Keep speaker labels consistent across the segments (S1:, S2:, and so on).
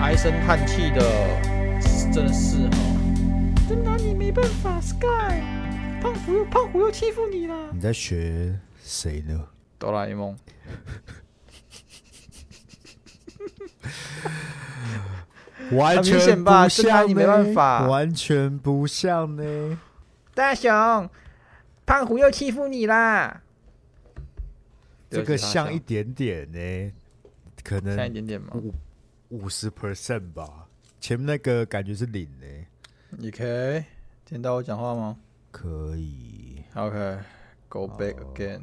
S1: 唉声叹气的，真的是哦，真拿你没办法，Sky，胖虎又胖虎又欺负你啦。
S2: 你在学谁呢？
S1: 哆啦 A 梦，
S2: 完
S1: 明显
S2: 全
S1: 吧
S2: 不
S1: 这拿
S2: 像
S1: 你没办
S2: 呢
S1: 法
S2: 完全不像呢。
S1: 大雄，胖虎又欺负你啦。
S2: 这个像一点点呢，可
S1: 像一
S2: 能
S1: 点点吗？
S2: 五五十 percent 吧。前面那个感觉是零呢。
S1: 你可以听到我讲话吗
S2: 可以，
S1: ？OK，go、back again，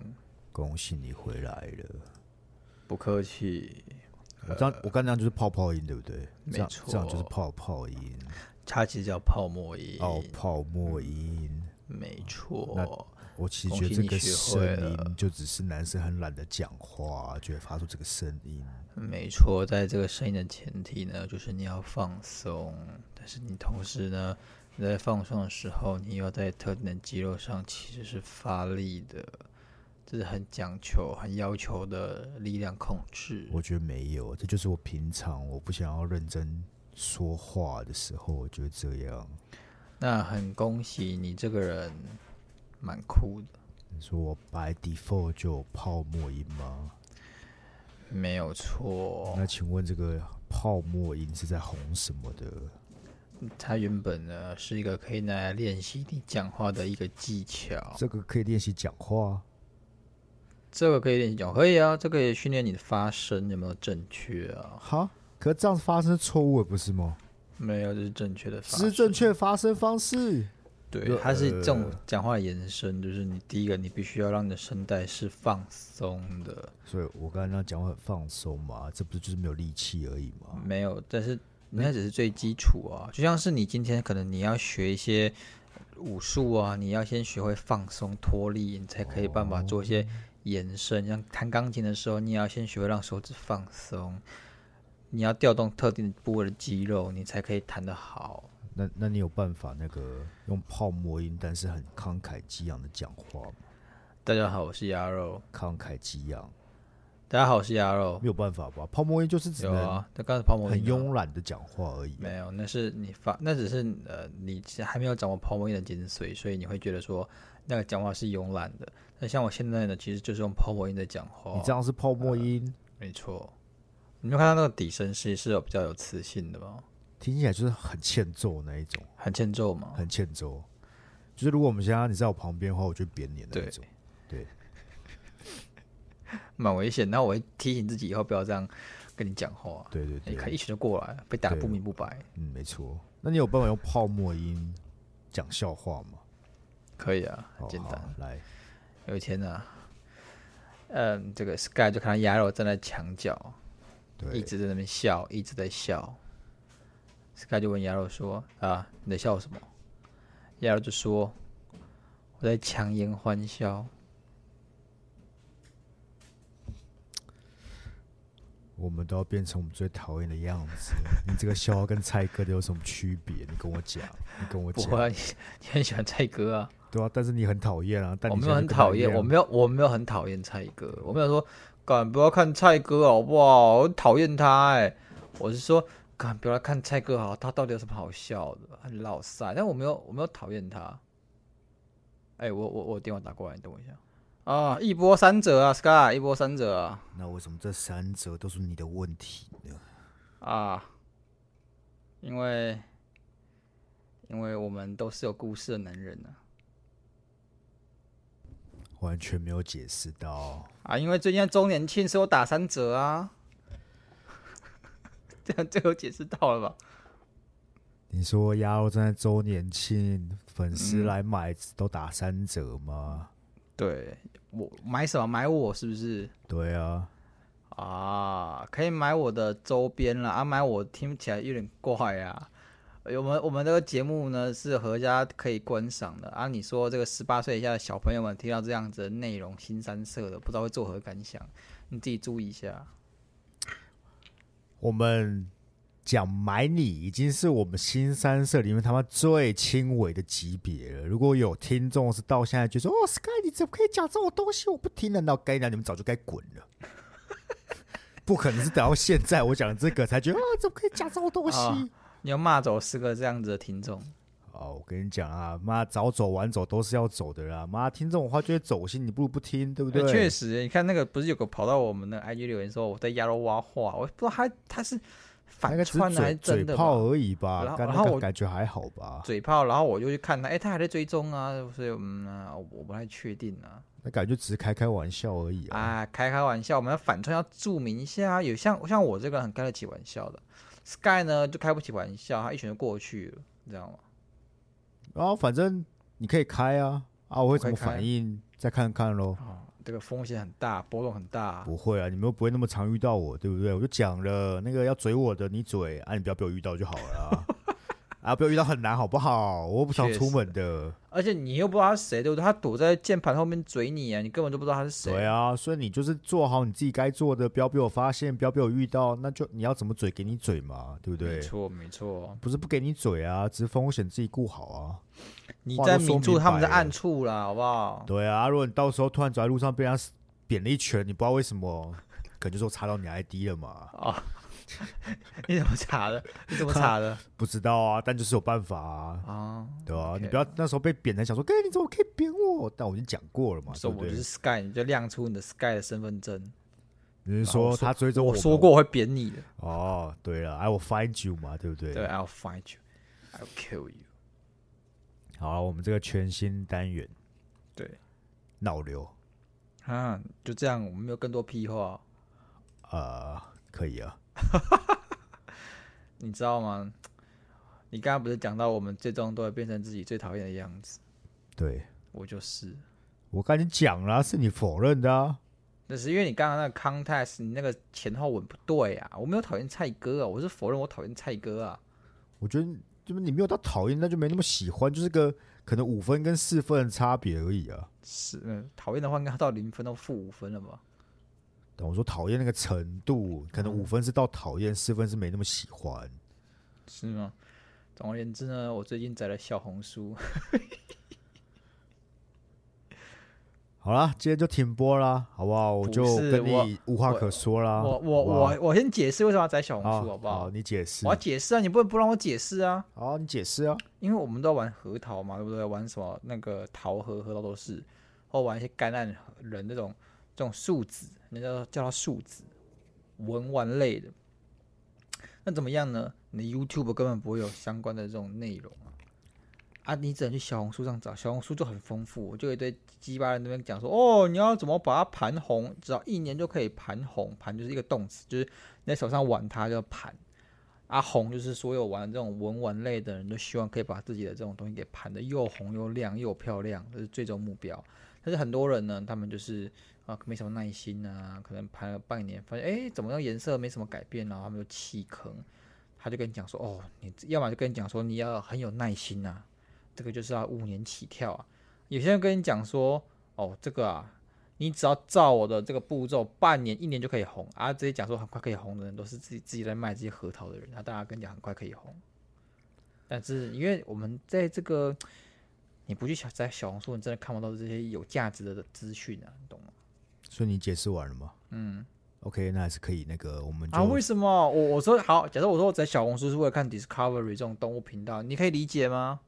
S2: 恭喜你回来了。
S1: 不客气。
S2: 我刚我刚那样就是泡泡音，对不对？这
S1: 呃
S2: 样
S1: 没错
S2: 这样就是泡泡音，
S1: 它其实叫泡沫音，
S2: 哦，泡沫音。
S1: 没错。
S2: 我其实
S1: 恭
S2: 觉得
S1: 喜
S2: 这
S1: 你
S2: 个
S1: 学会
S2: 声
S1: 了
S2: 音就只是男生很懒得讲话，就会发出这个声音。
S1: 没错，在这个声音的前提呢，就是你要放松，但是你同时呢，你在放松的时候，你要在特定的肌肉上其实是发力的，这是很讲求、很要求的力量控制。
S2: 我觉得没有，啊这就是我平常我不想要认真说话的时候，我就会这样。
S1: 那很恭喜你这个人蛮酷的，
S2: 你说我 by default 就有泡沫音吗？
S1: 没有错。
S2: 那请问这个泡沫音是在红什么的？
S1: 它原本呢是一个可以拿来练习你讲话的一个技巧，
S2: 这个可以练习讲话，
S1: 这个可以练习讲，可以啊，这个也训练你的发声有没有正确啊？
S2: 哈？可是这样发生错误了不是吗？
S1: 没有，这是正确的发
S2: 这
S1: 声
S2: 是正。确发生方式。
S1: 对，
S2: 呃
S1: 它是这种讲话的延伸，就是你第一个，你必须要让你的声带是放松的，
S2: 所以我刚才那样讲话很放松嘛，这不是就是没有力气而已吗？
S1: 没有，但是那只是最基础啊。就像是你今天可能你要学一些武术啊，你要先学会放松脱力，你才可以办法做一
S2: 哦
S1: 些延伸。像弹钢琴的时候，你也要先学会让手指放松，你要调动特定部位的肌肉，你才可以弹得好。
S2: 那那你有办法那个用泡沫音，但是很慷慨激昂的讲话吗？
S1: 大家好，我是鸭肉。
S2: 慷慨激昂
S1: 大家好，我是鸭肉
S2: 没。有办法吧？泡沫音就是只
S1: 有
S2: 能
S1: 啊，他刚才泡沫
S2: 很
S1: 音啊
S2: 慵懒的讲话而已。啊
S1: 没有，那是你发，那只是呃，你其实还没有掌握泡沫音的精髓，所以你会觉得说那个讲话是慵懒的。那像我现在呢，其实就是用泡沫音在讲话。
S2: 你这样是泡沫
S1: 啊
S2: 音，
S1: 没错。你没有看到那个底声是是有比较有磁性的吗？
S2: 听起来就是很欠揍那一种，
S1: 很欠揍吗？
S2: 很欠揍。就是如果我们现在你在我旁边的话，我就扁你的那一
S1: 对
S2: 种。对，
S1: 蛮危险。那我会提醒自己以后不要这样跟你讲话。
S2: 对对
S1: 你
S2: 对
S1: 哎可以一拳就过来，被打得
S2: 对
S1: 不明不白。
S2: 嗯，没错。那你有办法用泡沫音讲笑话吗？
S1: 可以啊，
S2: 好
S1: 很简单。
S2: 哦好来，
S1: 有一天呢、嗯，这个 Sky 就看到鸭肉站在墙角，一
S2: 对，
S1: 直在那边笑，一直在笑。Sky 就问鸭肉说：“啊，你在笑什么？”鸭肉就说：“我在强颜欢笑。
S2: 我们都要变成我们最讨厌的样子。你这个笑话跟猜歌的有什么区别？你跟我讲，你跟我”
S1: 不
S2: 讲。
S1: 会、啊， 你你很喜欢蔡哥啊？
S2: 对啊，但是你很讨厌啊，但
S1: 我
S2: 你
S1: 没有
S2: 现在
S1: 很
S2: 就跟他
S1: 讨厌，
S2: 一
S1: 我
S2: 样
S1: 没有，我没有很讨厌蔡哥，我没有说敢不要看蔡哥好不好？我讨厌他哎、我是说敢不要来看蔡哥好，他到底有什么好笑的？很老塞，但我没有，我没有讨厌他。哎、我我我电话打过来，你等我一下啊！一波三折啊，Sky，一波三折啊！
S2: 那为什么这三者都是你的问题呢？
S1: 啊，因为因为我们都是有故事的男人啊呢
S2: 完全没有解释到。
S1: 啊啊！因为最近在周年庆，所以我打三折啊。 这样这个解释到了吧？
S2: 你说鸭肉正在周年庆，粉丝
S1: 嗯
S2: 来买都打三折吗？
S1: 对我买什么买我是不是
S2: 对啊，
S1: 啊？可以买我的周边啦，啊，买我听起来有点怪啊。呃我们我们这个节目呢是合家可以观赏的啊。你说这个十八岁以下的小朋友们听到这样子的内容，新三色的，不知道会作何感想？你自己注意一下。
S2: 我们讲买你已经是我们新三社里面他妈最轻微的级别了。如果有听众是到现在就说：“哦，Sky，你怎么可以讲这种东西？我不听了。”那该讲你们早就该滚了。 不可能是等到现在我讲这个才觉得啊，怎么可以讲这种东西？
S1: 啊你要骂走四个这样子的听众，
S2: 哦，我跟你讲啊，妈早走晚走都是要走的啦。妈听这种话就会走心，你不如不听，对不对？
S1: 哎确实，你看那个不是有个跑到我们的 IG 留言说我在压楼挖话，我不知道他他是
S2: 那
S1: 反
S2: 个只
S1: 串
S2: 是
S1: 的还是
S2: 嘴嘴
S1: 真的吧
S2: 炮而已吧，
S1: 然后
S2: 干
S1: 然后
S2: 那个
S1: 我
S2: 感觉还好吧？
S1: 嘴炮，然后我就去看他，哎、他还在追踪啊，所以嗯、啊，我不太确定啊。
S2: 那感觉只是开开玩笑而已啊。
S1: 啊，开开玩笑，我们要反串要注明一下啊。有像像我这个人很开得起玩笑的，Sky 呢就开不起玩笑，他一拳就过去了，你知道吗？
S2: 然后反正你可以开啊，啊，我会怎么
S1: 我可以开
S2: 反应再看看咯。
S1: 哦，这个风险很大，波动很大啊。
S2: 不会啊，你们又不会那么常遇到我，对不对？我就讲了，那个要嘴我的，你嘴啊，你不要被我遇到就好了啊，啊，不要遇到很难好不好？我又不常
S1: 确实
S2: 出门的，
S1: 而且你又不知道他是谁，对不对？他躲在键盘后面嘴你啊，你根本就不知道他是
S2: 对
S1: 谁。
S2: 啊，所以你就是做好你自己该做的，不要被我发现，不要被我遇到，那就你要怎么嘴给你嘴嘛，对不
S1: 没
S2: 对？
S1: 错，没错。
S2: 不是不给你嘴啊，只是风险自己顾好啊。
S1: 你
S2: 话
S1: 在
S2: 都说
S1: 明处，
S2: 明
S1: 他们在
S2: 白了
S1: 暗处啦，好不好？
S2: 对啊，如果你到时候突然走在路上被人家扁了一拳，你不知道为什么，可能就说查到你 ID 了嘛，
S1: 哦， 你怎么查的？你怎么查的？
S2: 不知道啊，但就是有办法啊，
S1: 啊，
S2: 对啊
S1: OK
S2: 你不要那时候被扁才想说，哥你怎么可以扁我？但我已经讲过了嘛，
S1: 说
S2: 对不
S1: 我
S2: 对
S1: 就是？Sky，你就亮出你的 Sky 的身份证。
S2: 你是
S1: 啊我
S2: 说他追踪
S1: 我
S2: 们
S1: 说过我会扁你的。
S2: 哦，对了，I will find you 嘛，对不对？
S1: 对，I'll 啊 find you, I'll kill you。
S2: 好啊，我们这个全新单元
S1: 对，
S2: 脑瘤，
S1: 啊，就这样，我们没有更多屁话，
S2: 呃，可以啊，
S1: 你知道吗？你刚刚不是讲到我们最终都会变成自己最讨厌的样子，
S2: 对
S1: 我就是。
S2: 我跟你讲啦，是你否认的啊，
S1: 那是因为你刚刚那个 context，你那个前后文不对啊！我没有讨厌蔡哥啊，我是否认我讨厌蔡哥啊。
S2: 我觉得就是你没有到讨厌，那就没那么喜欢，就是个可能五分跟四分的差别而已啊。
S1: 是，嗯讨厌的话应该到零分到负五分了吧？
S2: 但我说讨厌那个程度，可能五分是到讨厌，四分是没那么喜欢。
S1: 是吗？总而言之呢，我最近在了小红书，
S2: 好啦，今天就停播啦，好不好？我
S1: 不
S2: 就是跟
S1: 我
S2: 你无话可说啦。
S1: 我我
S2: 好不好
S1: 我我先解释为什么要在小红
S2: 啊好
S1: 书好不好？
S2: 你解释
S1: 我要。解释啊，你不能不让我解释啊！
S2: 好，你解释啊。
S1: 因为我们都要玩核桃嘛，对不对？玩什么那个桃核、核桃都是，或玩一些橄榄仁这种这种树子，那叫叫它树子，文玩类的。那怎么样呢？你的 YouTube 根本不会有相关的这种内容啊！啊，你只能去小红书上找，小红书就很丰富，我就有一堆鸡巴人那边讲说，哦，你要怎么把它盘红，只要一年就可以盘红，盘就是一个动词，就是你在手上玩它叫盘。啊，红就是所有玩这种文玩类的人都希望可以把自己的这种东西给盘的又红又亮又漂亮，这是最终目标。但是很多人呢，他们就是啊没什么耐心啊，可能盘了半年，发现哎怎么样颜色没什么改变啊，他们就弃坑。他就跟你讲说，哦，你要么就跟你讲说你要很有耐心啊，这个就是要五年起跳啊。有些人跟你讲说，哦，这个啊，你只要照我的这个步骤，半年一年就可以红啊！直接讲说很快可以红的人，都是自己自己在卖这些核桃的人，啊，大家跟你讲很快可以红，但是因为我们在这个你不去小在小红书，你真的看不到这些有价值的资讯啊，你懂吗？
S2: 所以你解释完了吗？嗯。OK，那还是可以。那个我们就、
S1: 啊，为什么我我说好？假设我说我在小红书是为了看 Discovery 这种动物频道，你可以理解吗？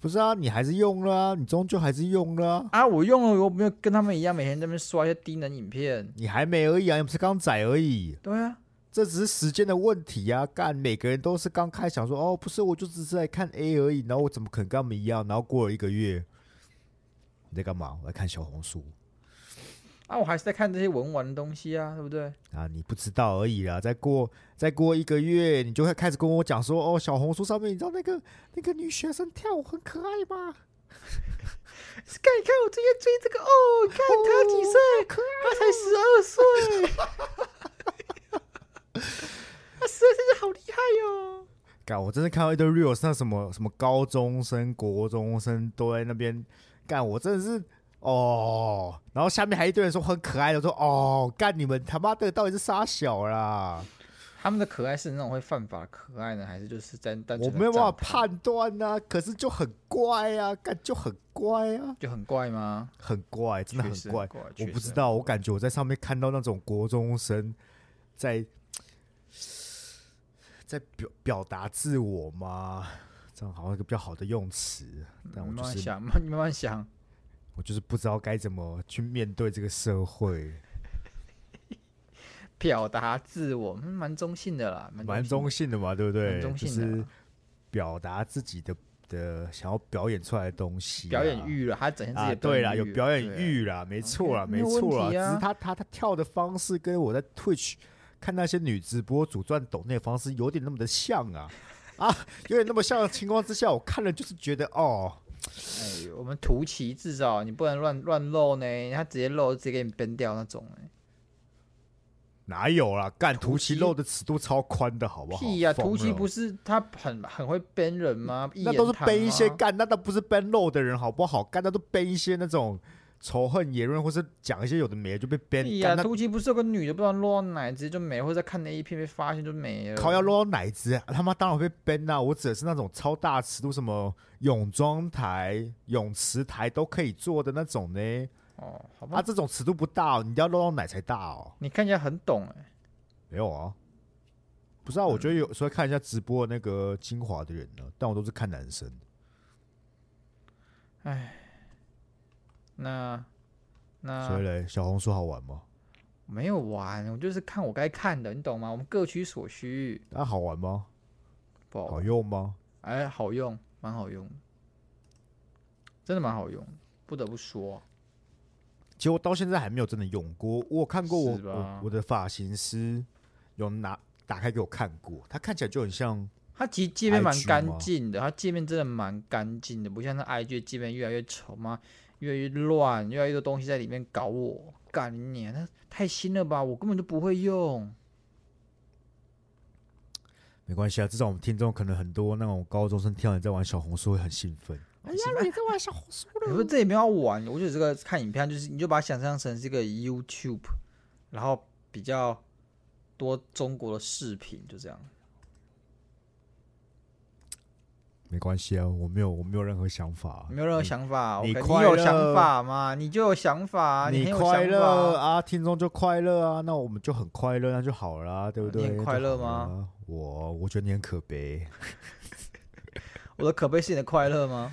S2: 不是啊，你还是用了啊，你终究还是用了啊，
S1: 啊，我用了，我没有跟他们一样每天在那边刷一些低能影片，
S2: 你还没而已啊，你不是刚载而已，
S1: 对啊，
S2: 这只是时间的问题啊。干，每个人都是刚开始想说，哦，不是，我就只是来看 A 而已，然后我怎么可能跟他们一样？然后过了一个月，你在干嘛？我在看小红书
S1: 啊，我还是在看这些文玩的东西啊，对不对？
S2: 啊，你不知道而已啦。再过再过一个月，你就会开始跟我讲说，哦，小红书上面你知道那个那个女学生跳舞很可爱吗？
S1: Sky，你看我最近追这个哦，你看他几岁？他才十二岁， 他十二岁就好厉害哦。
S2: 干，我真的看到一堆 reels，那什么什么高中生、国中生都在那边干，我真的是哦。然后下面还一堆人说很可爱的，我说哦，干你们他妈的到底是傻小啦？
S1: 他们的可爱是那种会犯法的可爱呢，还是就是在单
S2: 我
S1: 纯的
S2: 没有办法
S1: 赞叹
S2: 判断呐、可是就很乖啊，干就很乖啊，
S1: 就很怪吗？
S2: 很乖，真的
S1: 确实
S2: 很乖。
S1: 怪，
S2: 我
S1: 确
S2: 不
S1: 实
S2: 知
S1: 很
S2: 道，
S1: 怪
S2: 我感觉我在上面看到那种国中生在在表表达自我嘛，这样好像一个比较好的用词，但我
S1: 你
S2: 就
S1: 慢慢
S2: 是
S1: 想， 慢你慢慢想，
S2: 我就是不知道该怎么去面对这个社会，
S1: 表达自我，嗯蛮中性的啦，
S2: 蛮中
S1: 性
S2: 性的嘛，对不对？
S1: 蛮中
S2: 就
S1: 性的啊
S2: 是
S1: 啦
S2: 表达自己的的想要表演出来的东西啊、
S1: 表演欲了，他展现自己
S2: 啊，
S1: 的
S2: 对啦，
S1: 欲
S2: 有表演
S1: 对啊
S2: 欲啦，没错啦，
S1: 没
S2: 没
S1: 有
S2: 错啦，
S1: 问题啊
S2: 只是他他他跳的方式跟我在 Twitch 看那些女直播主赚抖那方式有点那么的像啊啊，有点那么像的情况之下，我看了就是觉得哦，
S1: 哎，我们图奇至少你不能乱乱露呢，他直接露直接给你崩掉那种哎、
S2: 哪有啦，干
S1: 图
S2: 图奇
S1: 奇
S2: 露的尺度超宽的好不好？
S1: 屁呀、
S2: 疯
S1: 图奇
S2: 了
S1: 不是他很很会崩人吗？一
S2: 那
S1: 言
S2: 都是
S1: 堂啊
S2: 背一些
S1: 吗
S2: 干，那都不是背漏的人，好不好？干，那都背一些那种仇恨言论，或是讲一些有的没的就被编。
S1: 屁哎呀、
S2: 干那
S1: 图奇不是有个女的不知道落到哪，直接就没了，或者在看那一片被发现就没了。
S2: 靠要漏到奶子，他妈当然会被编啦、我指的是那种超大尺度，什么泳装台、泳池台都可以做的那种呢。
S1: 哦，好吧，
S2: 啊，这种尺度不大、哦，你一定要漏到奶才大哦。
S1: 你看起来很懂哎、
S2: 没有啊，
S1: 嗯
S2: 不知道、我觉得有时候看一下直播那个精华的人呢、但我都是看男生。
S1: 那那
S2: 所以嘞，小红书好玩吗？
S1: 没有玩，我就是看我该看的，你懂吗？我们各取所需，
S2: 那、啊好玩吗？
S1: 不好
S2: 好用吗？
S1: 哎，好用，蛮好用的，真的蛮好用的，不得不说。
S2: 其实我到现在还没有真的用过。我有看过我
S1: 是吧
S2: 我我的发型师有拿打开给我看过，它看起来就很像
S1: 它其实界面蛮
S2: IG 吗
S1: 干净的，它界面真的蛮干净的，不像那 IG 的界面越来越丑嘛，越来越乱，越来越多东西在里面搞我。干你娘，那太新了吧，我根本就不会用。
S2: 没关系啊。至少我们听众可能很多那种高中生听到你在玩小红书会很兴奋。哎呀，你在玩小红书
S1: 你说这也没有要玩，我觉得这个看影片就是，你就把它想象成是一个 YouTube，然后比较多中国的视频，就这样。
S2: 没关系啊，我没有我没有任何想法啊、
S1: 没有任何想法
S2: 你
S1: ，OK？
S2: 快
S1: 有
S2: 乐
S1: 想法嘛？你就有想法，很
S2: 你
S1: 有
S2: 快
S1: 想
S2: 乐
S1: 法。
S2: 啊，听众就快乐啊，那我们就很快乐，那就好了啊、对不
S1: 你
S2: 对？
S1: 很快乐吗
S2: 就好了啊？我我觉得你很可悲，
S1: 我的可悲是你的快乐吗？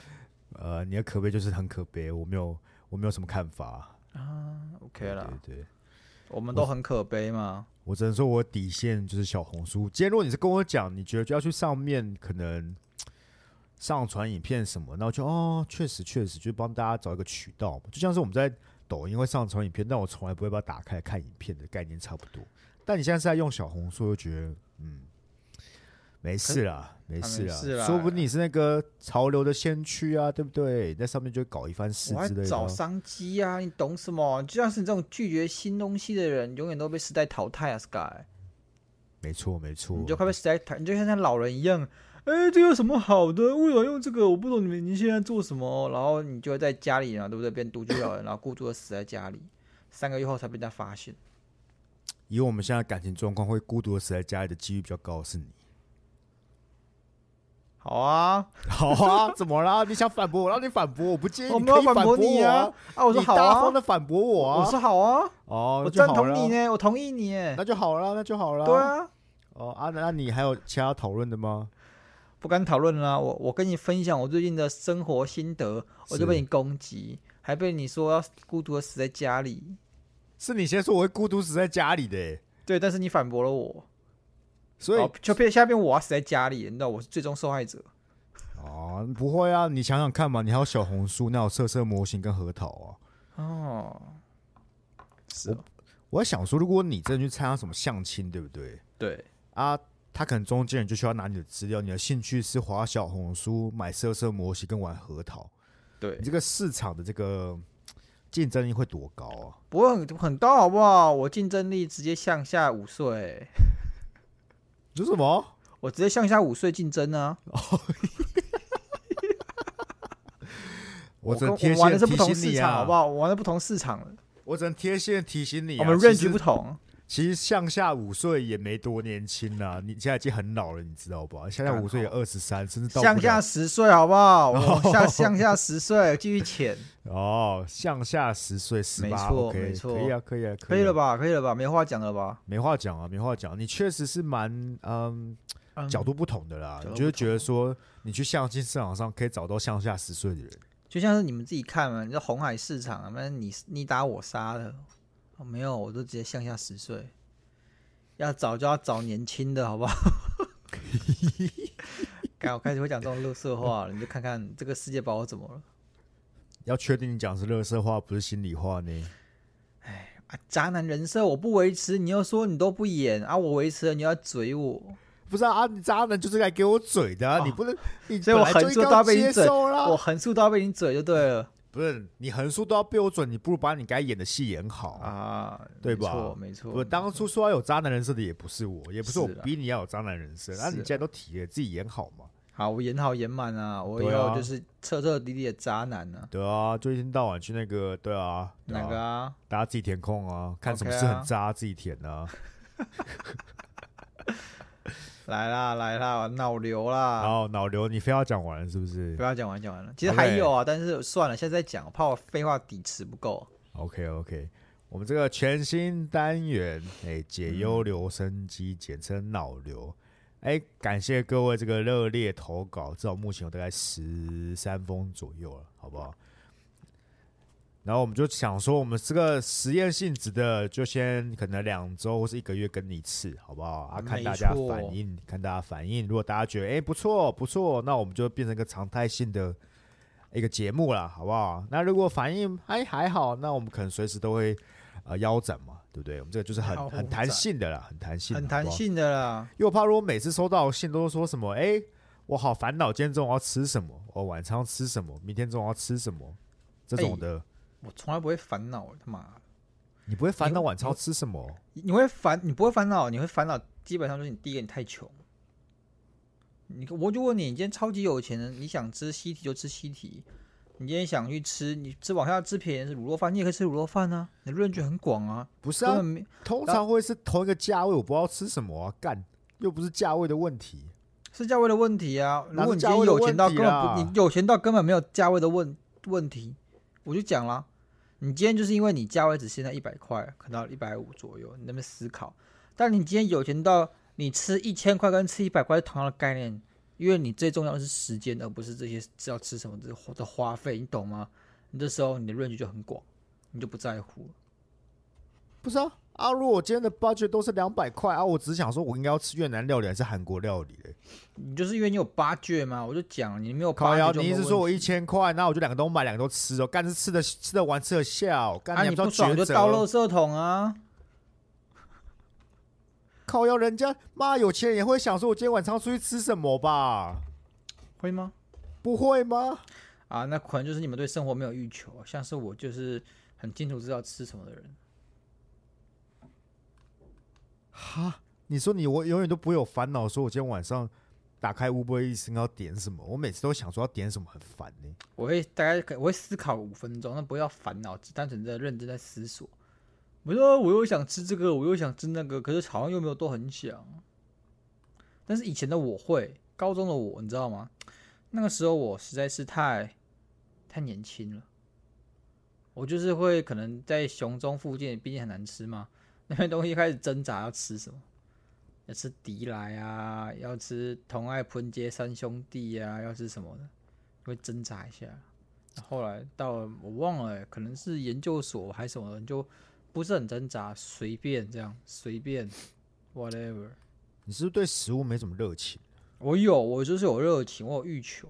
S2: 呃，你的可悲就是很可悲，我没有我没有什么看法。
S1: 啊，OK 了，
S2: 对对对。
S1: 我们都很可悲嘛。
S2: 我只能说，我底线就是小红书。今天如果你是跟我讲，你觉得就要去上面可能上传影片什么，那我就哦，确实确实，就帮大家找一个渠道嘛。就像是我们在抖音会上传影片，但我从来不会把它打开来看影片的概念差不多。但你现在是在用小红书，我就觉得嗯，没事啦，没事啦，
S1: 啊没事啦
S2: 说不定你是那个潮流的先驱啊，对不对？你在上面就会搞一番事
S1: 我还
S2: 之类的啊、
S1: 找商机啊，你懂什么？就像是你这种拒绝新东西的人，永远都被时代淘汰啊，Sky。
S2: 没错，没错，
S1: 你就快被时代淘，你就像像老人一样。哎，这有什么好的？为什么用这个？我不懂你们您现在做什么？然后你就会在家里啊，对不对？变独居老人，然后孤独的死在家里，三个月后才被人家发现。
S2: 以我们现在感情状况，会孤独的死在家里的几率比较高的是你。
S1: 好啊，
S2: 好啊，怎么啦？你想反驳我，哎让你反驳，我不介意。
S1: 我没
S2: 可
S1: 有
S2: 以
S1: 反
S2: 驳
S1: 驳你啊
S2: 啊！！
S1: 啊，我说
S2: 你
S1: 好
S2: 大方
S1: 啊，
S2: 的反驳我啊！
S1: 我说好啊，
S2: 哦，
S1: 我
S2: 那就
S1: 赞
S2: 好
S1: 同
S2: 啦
S1: 你，呢，我同意你哎
S2: 那。就好了，那就好了。
S1: 对。啊，
S2: 哦啊，那那你还有其他讨论的吗？
S1: 不敢讨论啦。我我跟你分享我最近的生活心得，我
S2: 是
S1: 就被你攻击，还被你说要孤独的死在家里。
S2: 是你先说我会孤独死在家里的欸，
S1: 对，但是你反驳了我，
S2: 所
S1: 然
S2: 以
S1: 后就变下面我要死在家里，你知道我是最终受害者。
S2: 哦，不会啊，你想想看嘛，你还有小红书，那有色色模型跟核桃啊。
S1: 哦，是哦，
S2: 我在想说，如果你真的去参加什么相亲，对不对？
S1: 对，
S2: 啊，他可能中间人就需要拿你的资料，你的兴趣是滑小红书、买色色模型跟玩核桃，
S1: 对
S2: 你，这个市场的这个竞争力会多高啊？
S1: 不会很很高好不好？我竞争力直接向下五岁，
S2: 你说什么？
S1: 我直接向下五岁竞争啊！
S2: 我只
S1: 跟
S2: 能
S1: 我
S2: 贴
S1: 们玩的
S2: 现
S1: 是
S2: 提
S1: 不同
S2: 醒
S1: 市
S2: 你
S1: 场，
S2: 啊！
S1: 好不好？我玩的不同市场了，
S2: 我只能贴现提醒你、啊，
S1: 我们认
S2: 其
S1: 知
S2: 实
S1: 不同。
S2: 其实向下五岁也没多年轻啦、你现在已经很老了，你知道吧？向下五岁也二十三，甚至到不了
S1: 向下十岁好不好？往 下向下十岁，继续潜，
S2: 哦，向下十岁十
S1: 没
S2: 八
S1: 错
S2: ，OK，
S1: 没错
S2: 可以啊，可以啊，
S1: 可
S2: 以
S1: 以
S2: 啊
S1: 了？吧？可以了吧？没话讲了吧？
S2: 没话讲啊，没话讲，你确实是蛮嗯
S1: 嗯
S2: 角度不同的啦，
S1: 角度
S2: 你就
S1: 不
S2: 是觉得说你去相亲市场上可以找到向下十岁的人，
S1: 就像是你们自己看嘛，你说红海市场，啊那你你打我杀的，哦没有，我都直接向下十岁，要找就要找年轻的，好 不好？该我开始会讲这种乐色话了，你就看看这个世界把我怎么了
S2: 要确定你讲的是乐色话不是心里话呢？
S1: 啊！渣男人设我不维持，你又说你都不演啊，我维持了，你又要嘴我，
S2: 不是啊，啊你渣男就是来给我嘴的、啊，你不能，你
S1: 所以我
S2: 本来就
S1: 横
S2: 应
S1: 竖
S2: 该
S1: 都
S2: 要
S1: 要被
S2: 接
S1: 你嘴，
S2: 受啦。
S1: 我横竖都要被你嘴就对了
S2: 不是你横竖都要标准，你不如把你该演的戏演好啊。
S1: 啊，
S2: 对
S1: 没
S2: 吧
S1: 错，没错。
S2: 我当初说要有渣男人设的也不是我，也不是我
S1: 是啊
S2: 逼你要有渣男人设，那、
S1: 是
S2: 你
S1: 啊
S2: 既然都提了，自己演好嘛。
S1: 好，我演好演满啊，我以
S2: 对啊
S1: 后就是彻彻底底的渣男啊，
S2: 对啊，就一天到晚去那个，对啊，对
S1: 哪
S2: 啊
S1: 个啊？
S2: 大家自己填空啊，看什么
S1: OK
S2: 事
S1: 啊
S2: 很渣、自己填啊。
S1: 来啦来啦，脑瘤
S2: 然
S1: 啦！
S2: 后脑瘤，你非要讲完是不是
S1: 不要讲完讲完了，其实还有啊，但是算了，现在再讲，我怕我废话底词不够。
S2: ？OK OK，我们这个全新单元，哎，解忧留声机，简称脑瘤。哎，感谢各位这个热烈投稿，至少目前有大概十三封左右了，好不好？然后我们就想说，我们这个实验性质的，就先可能两周或是一个月跟你一次，好不好？啊，看
S1: 没
S2: 大家
S1: 错
S2: 反应，看大家反应。如果大家觉得哎不错不错，那我们就变成一个常态性的一个节目啦，好不好？那如果反应哎还好，那我们可能随时都会呃腰斩嘛，对不对？我们这个就是很
S1: 腰
S2: 很弹
S1: 斩
S2: 性的啦，很弹性，
S1: 很
S2: 好
S1: 弹
S2: 不好
S1: 性的啦，
S2: 因为我怕如果每次收到信都是说什么，哎、我好烦恼，今天中午要吃什么，我、晚餐要吃什么，明天中午要吃什么，这种的，
S1: 我从来不会烦恼，他妈的！
S2: 你不会烦恼
S1: 你
S2: 晚餐要吃什么？
S1: 你会烦，你不会烦恼，你会烦恼，基本上就是你第一个你太穷。你我就问你，你今天超级有钱人，你想吃西提就吃西提，你今天想去吃，你吃往下吃便宜的是卤肉饭，你也可以吃卤肉饭啊，你的论据很广啊，
S2: 不是
S1: 根
S2: 啊
S1: 本，没
S2: 通常会是同一个价位，我不知道吃什么啊，干，又不是价位的问题。
S1: 是价位的问题啊！
S2: 哪
S1: 如果你
S2: 是
S1: 今
S2: 价
S1: 天
S2: 位的
S1: 有钱到
S2: 问
S1: 根
S2: 题啊
S1: 本
S2: 啦
S1: 不，你有钱到根本没有价位的问问题，我就讲啦，你今天就是因为你价位只限在一百块，可能一百五左右，你在那边思考。但你今天有钱到你吃一千块跟吃一百块是同样的概念，因为你最重要的是时间，而不是这些知道吃什么的的花费，你懂吗？你这时候你的 range 就很广，你就不在乎了。
S2: 不是啊，啊，如果我今天的 budget 都是两百块啊，我只想说我应该要吃越南料理还是韩国料理嘞？
S1: 你就是因为你有八卷嘛，我就讲了你没有八
S2: 靠腰，
S1: 卷就
S2: 你
S1: 没
S2: 意
S1: 有
S2: 思
S1: 问
S2: 说我
S1: 题
S2: 一千块，那我就两个都买，两个都吃哦，干是吃得吃得完吃得下、哦，干、
S1: 啊，
S2: 还
S1: 你
S2: 不
S1: 不
S2: 知道
S1: 爽
S2: 抉
S1: 就
S2: 择哦
S1: 倒垃圾桶啊。
S2: 靠腰，人家妈有钱人也会想说，我今天晚上出去吃什么吧？
S1: 会吗？
S2: 不会吗？
S1: 啊，那可能就是你们对生活没有欲求，像是我就是很清楚知道吃什么的人。
S2: 哈，你说你我永远都不会有烦恼，说我今天晚上打开 Uber Eats 应该要点什么？我每次都想说要点什么，很烦呢、
S1: 我会大概可我会思考五分钟，那不要烦恼，只单纯在认真在思索。我说我又想吃这个，我又想吃那个，可是好像又没有都很想。但是以前的我会，高中的我，你知道吗？那个时候我实在是太太年轻了，我就是会可能在熊中附近，毕竟很难吃嘛，那边东西开始挣扎要吃什么。要吃迪莱啊，要吃同爱喷街三兄弟啊，要吃什么的？会挣扎一下。后来到了我忘了欸、可能是研究所还是什么的，就不是很挣扎，随便这样，随便，whatever。
S2: 你是不是对食物没什么热情？
S1: 我有，我就是有热情，我有欲求。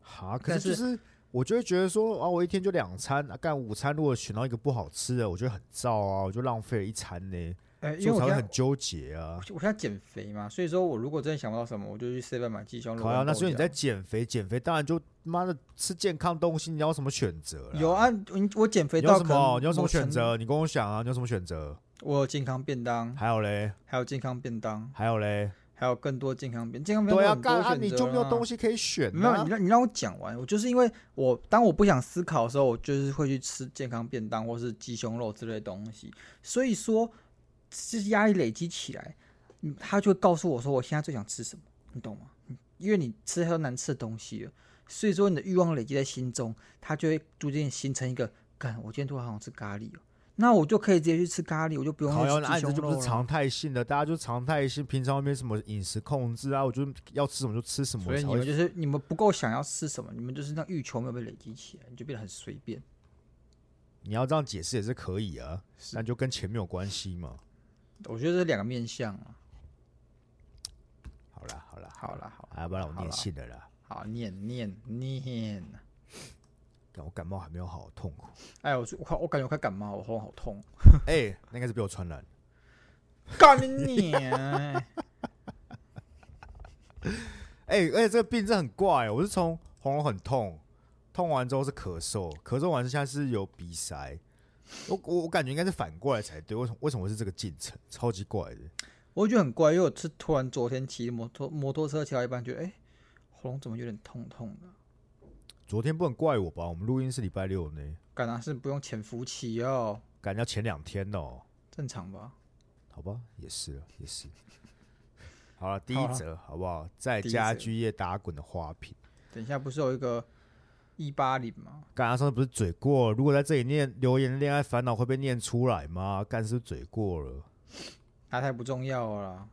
S2: 哈，可
S1: 但
S2: 是就是我就会觉得说啊，我一天就两餐，啊，干午餐如果选到一个不好吃的，我觉得很燥啊，我就浪费了一餐呢、
S1: 哎、因
S2: 所
S1: 为
S2: 以我
S1: 我
S2: 才
S1: 现
S2: 会
S1: 在
S2: 很纠结啊。
S1: 我现在减肥嘛，所以说我如果真的想不到什么，我就去 seven 买鸡胸肉
S2: 好
S1: 跟豆
S2: 呀，
S1: 浆。
S2: 那所以你在减肥，减肥当然就妈的吃健康东西，你要什么选择啦？
S1: 有啊？你我减肥
S2: 你有
S1: 到
S2: 什
S1: 可能
S2: 么？你有什么
S1: 某程
S2: 选？择？你跟我讲啊，你有什么选择？
S1: 我有健康便当，
S2: 还有嘞，
S1: 还有健康便当，
S2: 还有嘞，
S1: 还有更多健康便健康便当
S2: 对
S1: 有
S2: 啊，
S1: 很多
S2: 干啊，
S1: 选
S2: 你
S1: 择
S2: 就没有
S1: 啦
S2: 东西可以选
S1: 没有，
S2: 啊
S1: 你。让你让我讲完。我就是因为我当我不想思考的时候，我就是会去吃健康便当或是鸡胸肉之类的东西。所以说，是压力累积起来，嗯，他就会告诉我说我现在最想吃什么，你懂吗？嗯因为你吃太多难吃的东西了，所以说你的欲望累积在心中，它就会逐渐形成一个，干，我今天突然好想吃咖喱哦，那我就可以直接去吃咖喱，我就不用
S2: 烤羊
S1: 去
S2: 的
S1: 吃
S2: 案子
S1: 鸡
S2: 就
S1: 胸
S2: 不
S1: 肉了。
S2: 是常态性的，大家就常态性，平常没什么饮食控制啊，我就要吃什么就吃什么，
S1: 所以
S2: 才
S1: 你
S2: 会
S1: 们就是你们不够想要吃什么，你们就是那欲求没有被累积起来，你就变得很随便。
S2: 你要这样解释也是可以啊，但就跟钱没有关系嘛。
S1: 我觉得这两个面向啊，
S2: 好啦，好啦，
S1: 好啦好啦，
S2: 啊，不然我
S1: 好
S2: 念
S1: 啦
S2: 信了啦。
S1: 好念念念。
S2: 干我感冒还没有好，好 痛苦。
S1: 哎，我我快我感觉我快感冒，我喉咙好痛。
S2: 哎、那应该是被我传染。
S1: 干你娘！
S2: 哎、而且这个病真的很怪、我是从喉咙很痛，痛完之后是咳嗽，咳嗽完之下是有鼻塞。我我我感觉应该是反过来才对，为什么为什么会是这个进程？超级怪的。
S1: 我觉得很怪，因为我是突然昨天骑摩托摩托车骑到一半，觉得哎、喉咙怎么有点痛痛的？
S2: 昨天不能怪我吧？我们录音是礼拜六呢，
S1: 干啊是不用潜伏期哦，
S2: 感觉要前两天哦。
S1: 正常吧？
S2: 好吧，也是啊，也是。好了，第
S1: 好
S2: 一
S1: 啦
S2: 则好不好？在
S1: 第一
S2: 家
S1: 则
S2: 居业打滚的花瓶。
S1: 等一下不是有一个一八零吗？
S2: 干，他上次不是嘴过？如果在这里念留言恋爱烦恼会被念出来吗？干是不是嘴过了，
S1: 那太不重要了啦，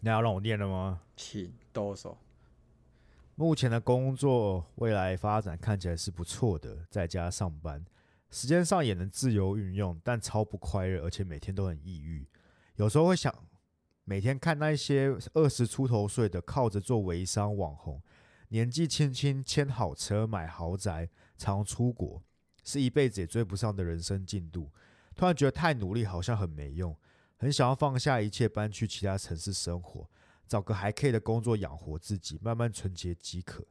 S2: 那要让我念了吗？
S1: 请抖手。
S2: 目前的工作未来发展看起来是不错的，在家上班，时间上也能自由运用，但超不快乐，而且每天都很抑郁。有时候会想，每天看那些二十出头岁的靠着做微商网红，年纪轻轻签好车、买豪宅、常出国，是一辈子也追不上的人生进度。突然觉得太努力好像很没用，很想要放下一切，搬去其他城市生活。找个还可以的工作养活自己，慢慢存钱即可。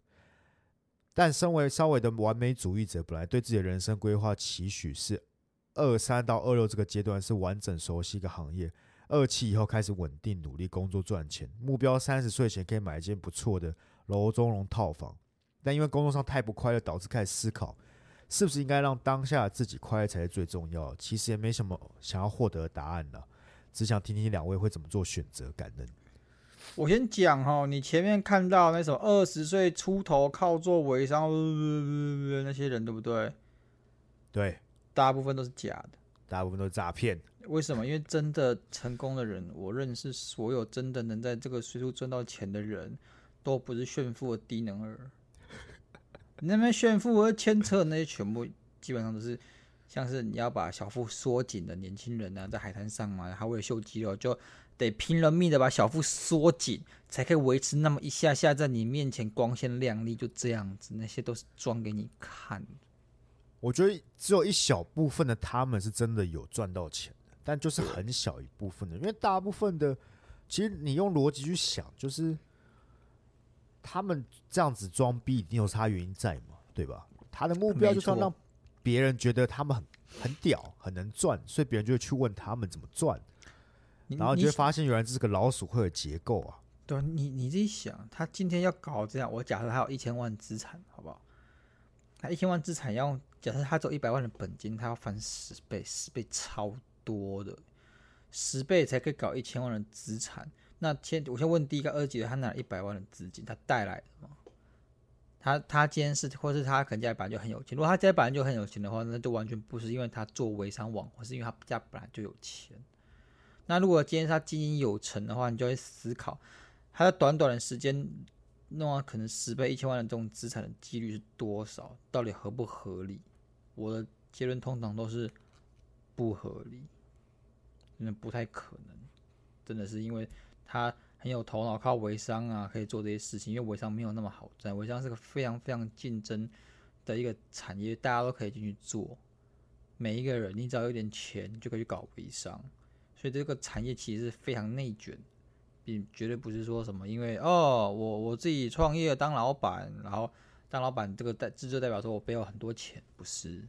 S2: 但身为稍微的完美主义者，本来对自己的人生规划期许是二三到二六这个阶段是完整熟悉一个行业，二七以后开始稳定努力工作赚钱，目标三十岁前可以买一间不错的楼中楼套房。但因为工作上太不快乐，导致开始思考，是不是应该让当下的自己快乐才是最重要的。其实也没什么想要获得的答案了，只想听听两位会怎么做选择，感恩。
S1: 我先讲哈，你前面看到那种二十岁出头靠做微商呃那些人，对不对？
S2: 对，
S1: 大部分都是假的。
S2: 大部分都是诈骗。
S1: 为什么？因为真的成功的人，我认识所有真的能在这个岁数赚到钱的人，都不是炫富的低能儿。 你那边炫富和牵扯那些，全部基本上都是像是你要把小腹缩紧的年轻人呢、啊在海滩上嘛，他为了秀肌肉，就得拼了命的把小腹缩紧，才可以维持那么一下下在你面前光鲜亮丽，就这样子，那些都是装给你看的。
S2: 我觉得只有一小部分的他们是真的有赚到钱的，但就是很小一部分的，因为大部分的，其实你用逻辑去想，就是他们这样子装逼一定有他原因在嘛，对吧？他的目标就是要
S1: 没错
S2: 让别人觉得他们很很屌，很能赚，所以别人就会去问他们怎么赚，
S1: 你
S2: 然后
S1: 你
S2: 就会发现原来这是个老鼠会的结构啊。
S1: 对啊你你自己想，他今天要搞这样，我假设他有一千万资产，好不好？他一千万资产要用假设他只有一百万的本金，他要翻十倍，十倍超多的，十倍才可以搞一千万的资产。那先我先问第一个二级的，他拿了一百万的资金，他带来的吗？他他今天是，或是他可能家里本来就很有钱。如果他家里本来就很有钱的话，那就完全不是因为他做微商网红，是因为他家本来就有钱。那如果今天他经营有成的话，你就会思考，他在短短的时间弄到可能十倍、一千万的这种资产的几率是多少？到底合不合理？我的结论通常都是不合理，真的不太可能。真的是因为他很有头脑，靠微商啊可以做这些事情，因为微商没有那么好赚，微商是个非常非常竞争的一个产业，大家都可以进去做。每一个人，你只要有点钱，你就可以去搞微商，所以这个产业其实是非常内卷。并绝对不是说什么，因为哦，我我自己创业当老板，然后当老板这个代这就代表说我背后很多钱，不是？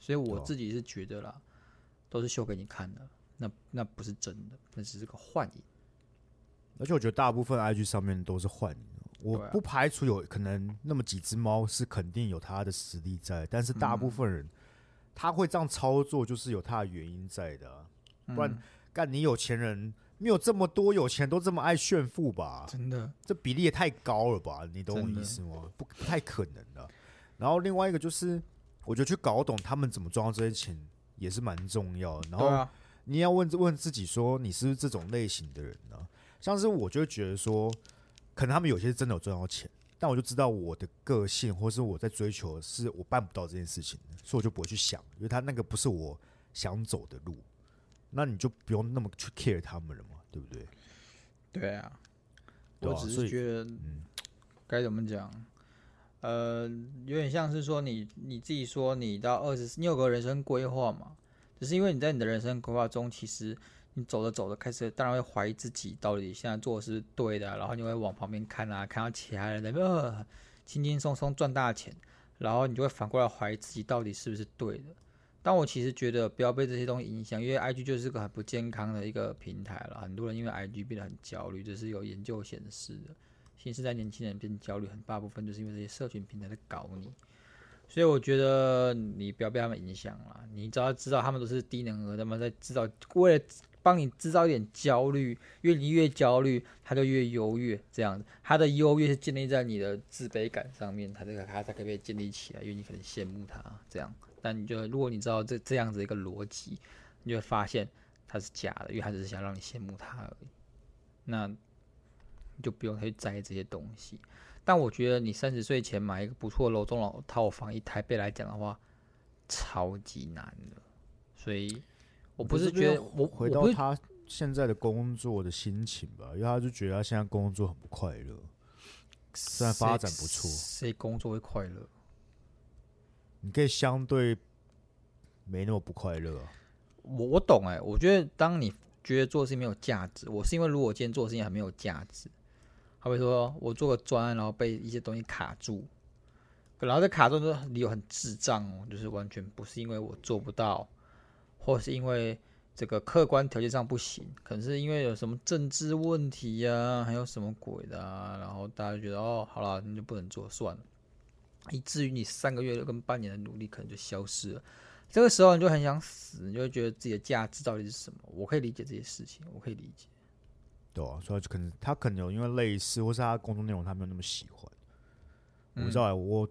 S1: 所以我
S2: 哦
S1: 自己是觉得啦，都是秀给你看的，那那不是真的，那只是个幻影。
S2: 而且我觉得大部分 IG 上面都是幻影，我
S1: 对啊
S2: 不排
S1: 嗯
S2: 除有可能那么几只猫是肯定有它的实力在，但是大部分人、他会这样操作，就是有他的原因在的啊、不然干你有钱人没有这么多有钱都这么爱炫富吧？
S1: 真的，
S2: 这比例也太高了吧？你懂我
S1: 真的
S2: 意思吗？不不太可能的。然后另外一个就是，我觉得去搞懂他们怎么赚到这些钱也是蛮重要的。然
S1: 对
S2: 后
S1: 啊，
S2: 你要问问自己说，你是不是这种类型的人呢、像是我就会觉得说，可能他们有些真的有赚到钱，但我就知道我的个性或是我在追求的是我办不到这件事情的，所以我就不会去想，因为他那个不是我想走的路，那你就不用那么去 care 他们了嘛，对不对？
S1: 对啊，
S2: 对
S1: 我
S2: 啊
S1: 只
S2: 所
S1: 是
S2: 以
S1: 觉得
S2: 嗯，
S1: 该怎么讲？呃，有点像是说你你自己说你到二十，你有个人生规划嘛？只是因为你在你的人生规划中，其实你走着走着开始，当然会怀疑自己到底现在做的是对的啊，然后你会往旁边看啊，看到其他人在那边呃轻轻松松赚大钱，然后你就会反过来怀疑自己到底是不是对的。但我其实觉得不要被这些东西影响，因为 IG 就是个很不健康的一个平台了，很多人因为 IG 变得很焦虑，这是有研究显示的。新时代年轻人变焦虑，很大部分就是因为这些社群平台在搞你。所以我觉得你不要被他们影响啦，你只要知道他们都是低能儿，他们在制造，为了帮你制造一点焦虑，因为你越焦虑，他就越优越，这样子，他的优越是建立在你的自卑感上面，他这个他才可以被建立起来，因为你可能羡慕他这样，但你就如果你知道这这样子一个逻辑，你就会发现他是假的，因为他只是想让你羡慕他而已。那你就不用太去在意这些东西。但我觉得你三十岁前买一个不错的楼中老套房，以台北来讲的话，超级难的。所以，我不是觉得我
S2: 回
S1: 我不
S2: 到
S1: 是
S2: 他现在的工作的心情吧，因为他就觉得他现在工作很不快乐，虽然发展不错，
S1: 谁工作会快乐？
S2: 你可以相对没那么不快乐啊、
S1: 我我懂哎、我觉得当你觉得做事情没有价值，我是因为如果我今天做的事情很没有价值，好比说我做个专案，然后被一些东西卡住，然后这卡住的理由很智障哦，就是完全不是因为我做不到，或是因为这个客观条件上不行，可能是因为有什么政治问题呀、还有什么鬼的、啊，然后大家就觉得哦，好了，你就不能做算了，以至于你三个月跟半年的努力可能就消失了。这个时候你就很想死，你就会觉得自己的价值到底是什么？我可以理解这些事情，我可以理解。
S2: 对啊，所以他就可能他可能有因为类似，或是他的工作内容他没有那么喜欢。我
S1: 嗯
S2: 不知道、欸，我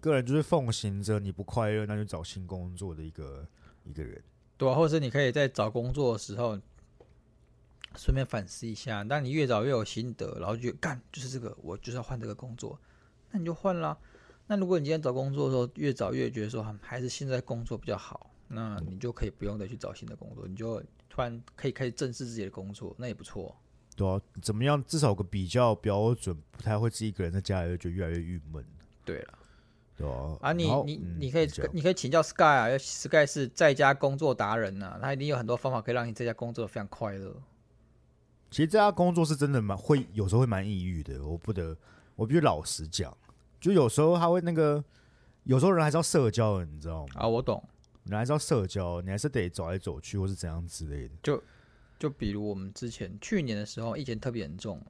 S2: 个人就是奉行着你不快乐，那就找新工作的一个一个人。
S1: 对啊，或者是你可以在找工作的时候，顺便反思一下。当你越早越有心得，然后就觉得干就是这个，我就是要换这个工作，那你就换啦。那如果你今天找工作的时候越早越觉得说嗯还是现在工作比较好，那你就可以不用再去找新的工作，你就突然可以开始正视自己的工作，那也不错。
S2: 对啊，怎么样？至少有个比较标准，不太会自己一个人在家里就觉得越来越郁闷，
S1: 对了。
S2: 对啊。
S1: 啊，你
S2: 然后
S1: 你
S2: 嗯
S1: 你可以
S2: 讲
S1: 你可以请教 Sky 啊，Sky 是在家工作达人呐、他一定有很多方法可以让你在家工作得非常快乐。
S2: 其实在家工作是真的蛮会，有时候会蛮抑郁的。我不得，我必须老实讲，就有时候他会那个，有时候人还是要社交的，你知道吗？
S1: 啊，我懂。
S2: 人还是要社交，你还是得走来走去或是怎样之类的。
S1: 就比如我们之前去年的时候，疫情特别严重嘛，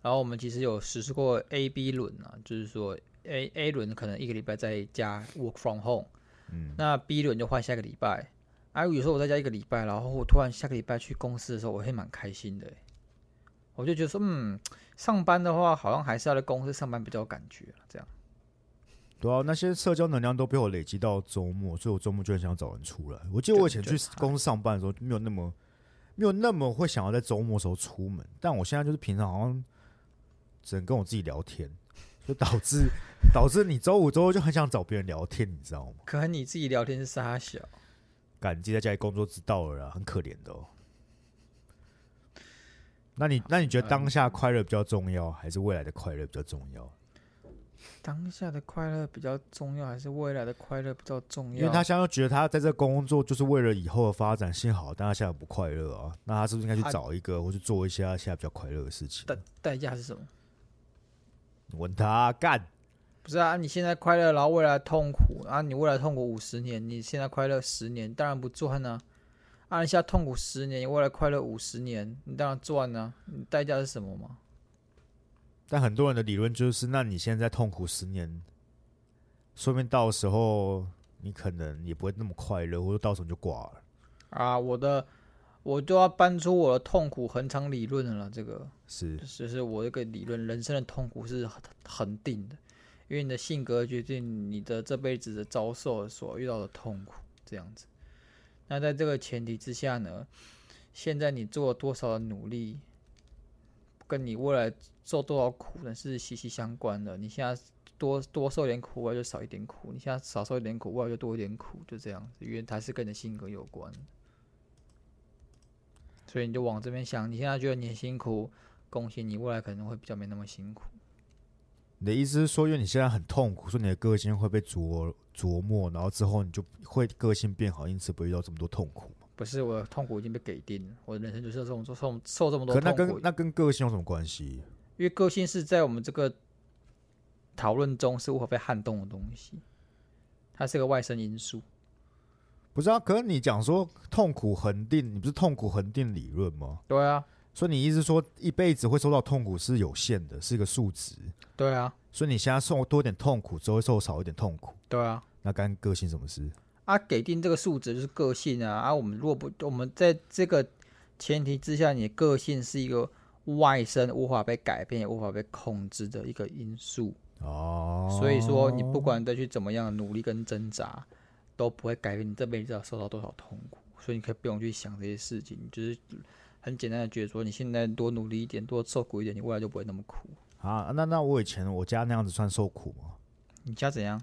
S1: 然后我们其实有实施过 A、B 轮啊，就是说 A A 轮可能一个礼拜在家 work from home，
S2: 嗯，
S1: 那 B 轮就换下个礼拜。啊，有时候我在家一个礼拜，然后我突然下个礼拜去公司的时候，我会蛮开心的欸、我就觉得说，嗯，上班的话好像还是要在公司上班比较有感觉啊这样。
S2: 对啊，那些社交能量都被我累积到周末，所以我周末就很想找人出来。我记得我以前
S1: 就就
S2: 去
S1: 差
S2: 公司上班的时候，没有那么没有那么会想要在周末的时候出门，但我现在就是平常好像只能跟我自己聊天，就导致导致你周五周六就很想找别人聊天，你知道吗？
S1: 可能你自己聊天是傻小，
S2: 感激在家里工作知道了啦，很可怜的哦。那你那你觉
S1: 嗯
S2: 得当下快乐比较重要，还是未来的快乐比较重要？
S1: 当下的快乐比较重要，还是未来的快乐比较重要？
S2: 因为他现在觉得他在这工作就是为了以后的发展性好，但他现在不快乐啊，那他是不是应该去
S1: 他
S2: 找一个或去做一些他现在比较快乐的事情？
S1: 代代价是什么？
S2: 问他干，
S1: 不是啊，你现在快乐，然后未来痛苦啊，你未来痛苦五十年，你现在快乐十年，当然不赚啊。啊，你现在痛苦十年，你未来快乐五十年，你当然赚啊。你代价是什么吗？
S2: 但很多人的理论就是，那你现在痛苦十年，说不定到时候你可能也不会那么快乐，或者到时候你就挂了。
S1: 啊，我的我就要搬出我的痛苦恒常理论了。这个
S2: 是
S1: 就是我这个理论，人生的痛苦是恒恒定的，因为你的性格决定你的这辈子的遭受所遇到的痛苦，这样子。那在这个前提之下呢，现在你做了多少的努力，跟你未来受多少苦呢是息息相关的。你现在多多受一点苦，未来就少一点苦；你现在少受一点苦，未来就多一点苦，就这样子，因为它是跟你的性格有关的。所以你就往这边想，你现在觉得你很辛苦，恭喜你，未来可能会比较没那么辛苦。
S2: 你的意思是说，因为你现在很痛苦，说你的个性会被琢琢磨，然后之后你就会个性变好，因此不会遇到这么多痛苦嘛？
S1: 不是我的痛苦已经被给定了，我的人生就是这种受受受这么
S2: 可
S1: 多
S2: 那
S1: 痛
S2: 跟
S1: 苦，
S2: 那跟个性有什么关系？
S1: 因为个性是在我们这个讨论中是无法被撼动的东西，它是个外生因素。
S2: 不是啊，可是你讲说痛苦恒定，你不是痛苦恒定理论吗？
S1: 对啊，
S2: 所以你意思是说一辈子会受到痛苦是有限的，是一个数值。
S1: 对啊，
S2: 所以你现在受多一点痛苦，之后会受少一点痛苦，
S1: 对啊。
S2: 那干个性什么事？
S1: 啊，给定这个数值就是个性啊。啊，我们如果不，我们在这个前提之下，你的个性是一个外生无法被改变、也无法被控制的一个因素。
S2: 哦，
S1: 所以说，你不管再去怎么样努力跟挣扎，都不会改变你这辈子要受到多少痛苦。所以你可以不用去想这些事情，你就是很简单的觉得说，你现在多努力一点，多受苦一点，你未来就不会那么苦。
S2: 啊，那那我以前我家那样子算受苦吗？
S1: 你家怎样？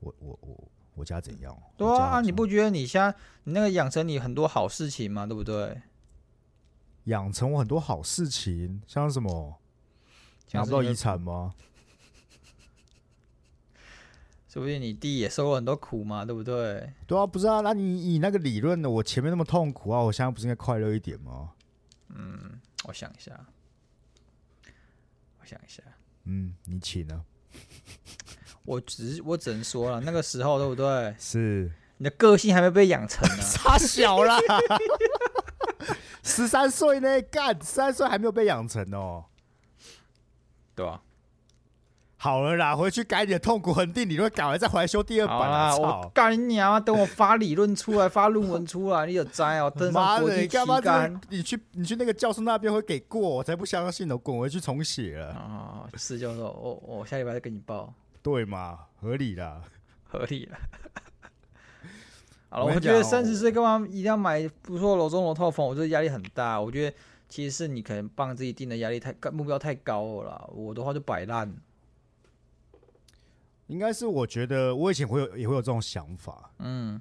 S2: 我我我我家怎样？
S1: 对
S2: 我家
S1: 啊，
S2: 好
S1: 啊你
S2: 像
S1: 不觉得你家你那个养成你很多好事情吗？对不对？
S2: 养成我很多好事情，像是什么
S1: 像
S2: 拿不
S1: 是
S2: 到
S1: 你的
S2: 遗产吗？
S1: 说不定你弟也受了很多苦嘛，对不对？
S2: 对啊，不是啊，那你以那个理论的，我前面那么痛苦啊，我现在不是应该快乐一点吗？
S1: 我想一下，我想一下，
S2: 嗯，你请呢？
S1: 我只是我只能说了，那个时候对不对？
S2: 是
S1: 你的个性还没被养成 呢、
S2: 差小啦，十三岁呢，干十三岁还没有被养成哦。
S1: 对
S2: 啊
S1: 吧、
S2: 好了啦，回去改你的痛苦恒定理论，改完再回来修第二版
S1: 好啦，
S2: 啊！
S1: 我
S2: 操，
S1: 干你娘！等我发理论出来，发论文出来，你有灾 哦！登
S2: 妈
S1: 上国
S2: 的，
S1: 际
S2: 你
S1: 期
S2: 干嘛这
S1: 刊
S2: 个？你去你去那个教授那边会给过，我才不相信呢，我哦滚回去重写了。
S1: 啊、是教授，我我下礼拜再跟你报，
S2: 对嘛，合理啦。
S1: 合理了。 好了，
S2: 我
S1: 我
S2: 跟你
S1: 觉得
S2: 讲哦
S1: 三十岁干嘛一定要买不错楼中楼套房？我觉得压力很大。我觉得其实是你可能帮自己定的压力太高，目标太高了啦。我的话就摆烂。
S2: 应该是我觉得我以前会有也会有这种想法，
S1: 嗯，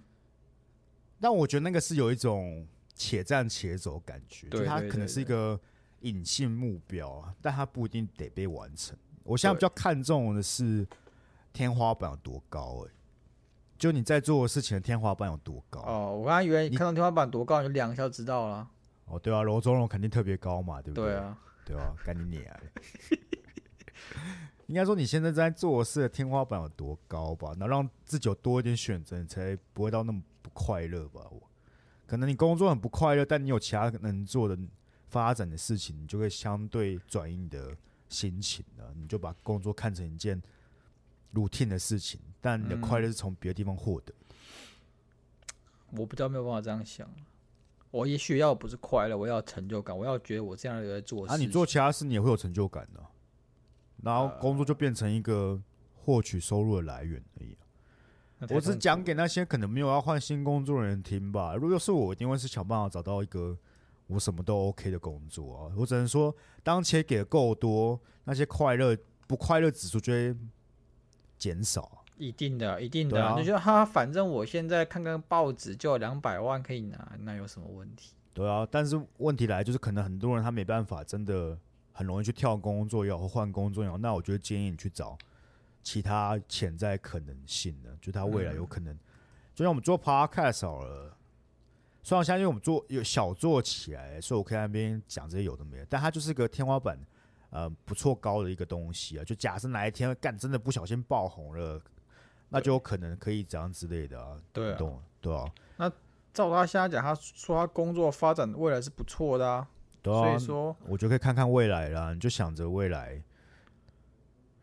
S2: 但我觉得那个是有一种且战且走的感觉，
S1: 对
S2: 就它
S1: 对
S2: 可能
S1: 对
S2: 是一个隐性目标啊，但它不一定得被完成。我现在比
S1: 对
S2: 较看重的是天花板有多高、欸，就你在做的事情的天花板有多高。哦
S1: 哦，我刚才以为你
S2: 你
S1: 看到天花板多高，你就量一下就知道了。
S2: 对啊，楼中楼肯定特别高嘛，对不
S1: 对啊，
S2: 对啊，赶紧你啊！应该说你现在在做的事的天花板有多高吧？然后让自己有多一点选择，你才不会到那么不快乐吧？我可能你工作很不快乐，但你有其他能做的发展的事情，你就会相对转移你的心情了。你就把工作看成一件 routine 的事情，但你的快乐是从别的地方获得。
S1: 我比较没有办法这样想。我也许要不是快乐，我要有成就感，我要觉得我这样有在做事。
S2: 啊，你做其他事你也会有成就感的、然后工作就变成一个获取收入的来源而已啊、
S1: 那才
S2: 我只
S1: 痛苦
S2: 讲给那些可能没有要换新工作的人听吧。如果是我，我一定会是想办法找到一个我什么都 OK 的工作啊。我只能说，当钱给的够多，那些快乐不快乐指数就会减少。啊
S1: 一定的，一定
S2: 对
S1: 的，
S2: 啊
S1: 你就觉得哈，反正我现在看看报纸就有两百万可以拿，那有什么问题？
S2: 对啊，但是问题来就是，可能很多人他没办法，真的很容易去跳工作也好，或换工作也好。那我就会建议你去找其他潜在可能性的，就他未来
S1: 嗯
S2: 有可能，就像我们做 podcast 好了。虽然现在因为我们做有小做起来，所以我可以在那边讲这些有的没的，但它就是个天花板，呃，不错高的一个东西啊。就假设哪一天干真的不小心爆红了，那就有可能可以怎样之类的啊，
S1: 对
S2: 你
S1: 啊，
S2: 懂吗对啊，
S1: 照他现在讲，他说他工作发展未来是不错的啊，
S2: 对啊。
S1: 所以说，
S2: 我就可以看看未来啦。你就想着未来，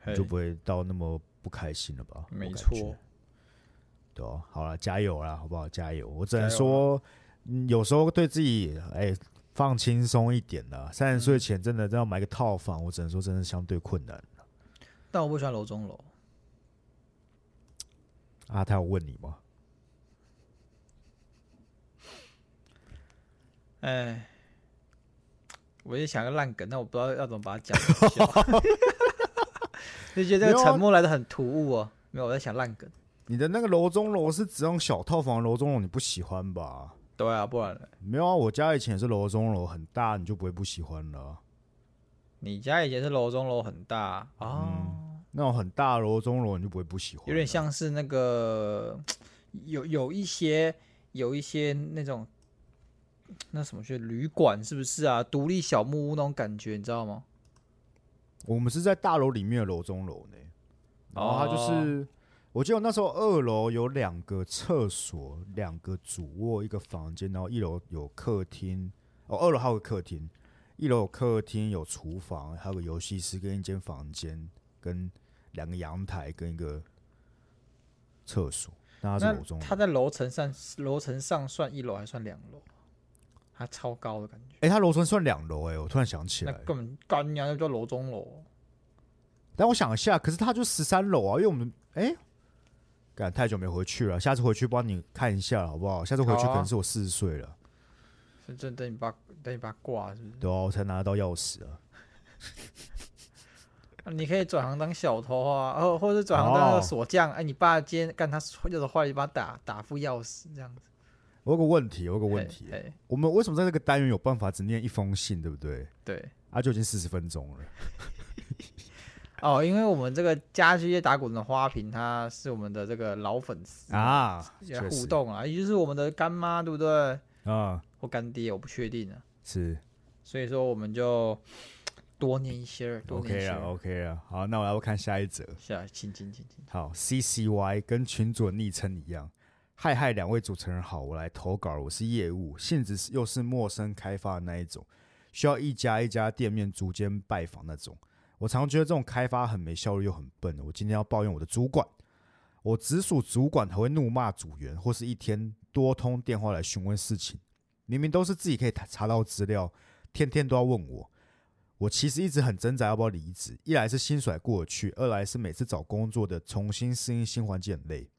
S1: 嘿
S2: 你就不会到那么不开心了吧？
S1: 没
S2: 我感
S1: 错
S2: 觉。对哦，好了，加油啦，好不好？加油！我只能
S1: 加油啊
S2: 说，嗯有时候对自己哎、放轻松一点啦。三十
S1: 嗯
S2: 岁前真的要买个套房，我只能说真的相对困难。
S1: 但我不喜欢楼中楼，
S2: 啊，他有问你吗？
S1: 哎，我也想个烂梗，但我不知道要怎么把它讲得 好笑，就觉
S2: 啊
S1: 得这个沉默来的很突兀哦。没有，我在想烂梗。
S2: 你的那个楼中楼是只用小套房的楼中楼，你不喜欢吧？
S1: 对啊，不然嘞
S2: 没有啊，我家以前也是楼中楼，很大，你就不会不喜欢了啊。
S1: 你家以前是楼中楼很大啊、哦
S2: 那种很大的楼中楼，你就不会不喜欢了。
S1: 有点像是那个有有一些有一些那种那什么去旅馆是不是啊？独立小木屋那种感觉，你知道吗？
S2: 我们是在大楼里面的楼中楼呢，然后它就是，
S1: 哦
S2: 我记得我那时候二楼有两个厕所、两个主卧、一个房间，然后一楼有客厅，哦，二楼还有个客厅，一楼有客厅、有厨房，还有个游戏室跟一间房间，跟两个阳台跟一个厕所，那它
S1: 那
S2: 是楼中楼
S1: 它。在楼层上，楼层上算一楼还算两楼？它超高的感觉，
S2: 哎、它楼层算两楼哎，我突然想起
S1: 那
S2: 来，
S1: 根本干娘就叫楼中楼。
S2: 但我想一下，可是它就十三楼啊，因为我们哎，干、太久没回去了，下次回去帮你看一下好不好？下次回去
S1: 好啊
S2: 可能是我四十岁了，
S1: 是真等你把等你把它挂是不是？
S2: 对啊，我才拿得到钥匙啊。
S1: 啊你可以转行当小偷啊，或或者转行当那个锁
S2: 哦
S1: 匠。哎、你爸今天干他钥匙坏了，你把他打打副钥匙这样子。
S2: 我有个问题，我有个问题，
S1: 哎，哎
S2: 我们为什么在这个单元有办法只念一封信，对不对？
S1: 对。
S2: 啊，就已经四十分钟了。
S1: 哦，因为我们这个家居夜打滚的花瓶，她是我们的这个老粉丝，
S2: 啊，
S1: 也
S2: 确实
S1: 互动啊，也就是我们的干妈，对不对？
S2: 啊，
S1: 或干爹，我不确定啊。
S2: 是
S1: 所以说，我们就多念一些儿，多念一
S2: OK
S1: 些
S2: 啊
S1: 儿。
S2: ，OK 啊。好，那我来看下一则。
S1: 下，请请请请。
S2: 好，CCY 跟群主的昵称一样。嗨嗨，两位主持人好，我来投稿了，我是业务，性质是又是陌生开发的那一种，需要一家一家店面逐间拜访那种。我常觉得这种开发很没效率又很笨。我今天要抱怨我的主管，我直属主管还会怒骂组员，或是一天多通电话来询问事情，明明都是自己可以查查到资料，天天都要问我。我其实一直很挣扎要不要离职，一来是薪水过得去，二来是每次找工作的重新适应新环境很累。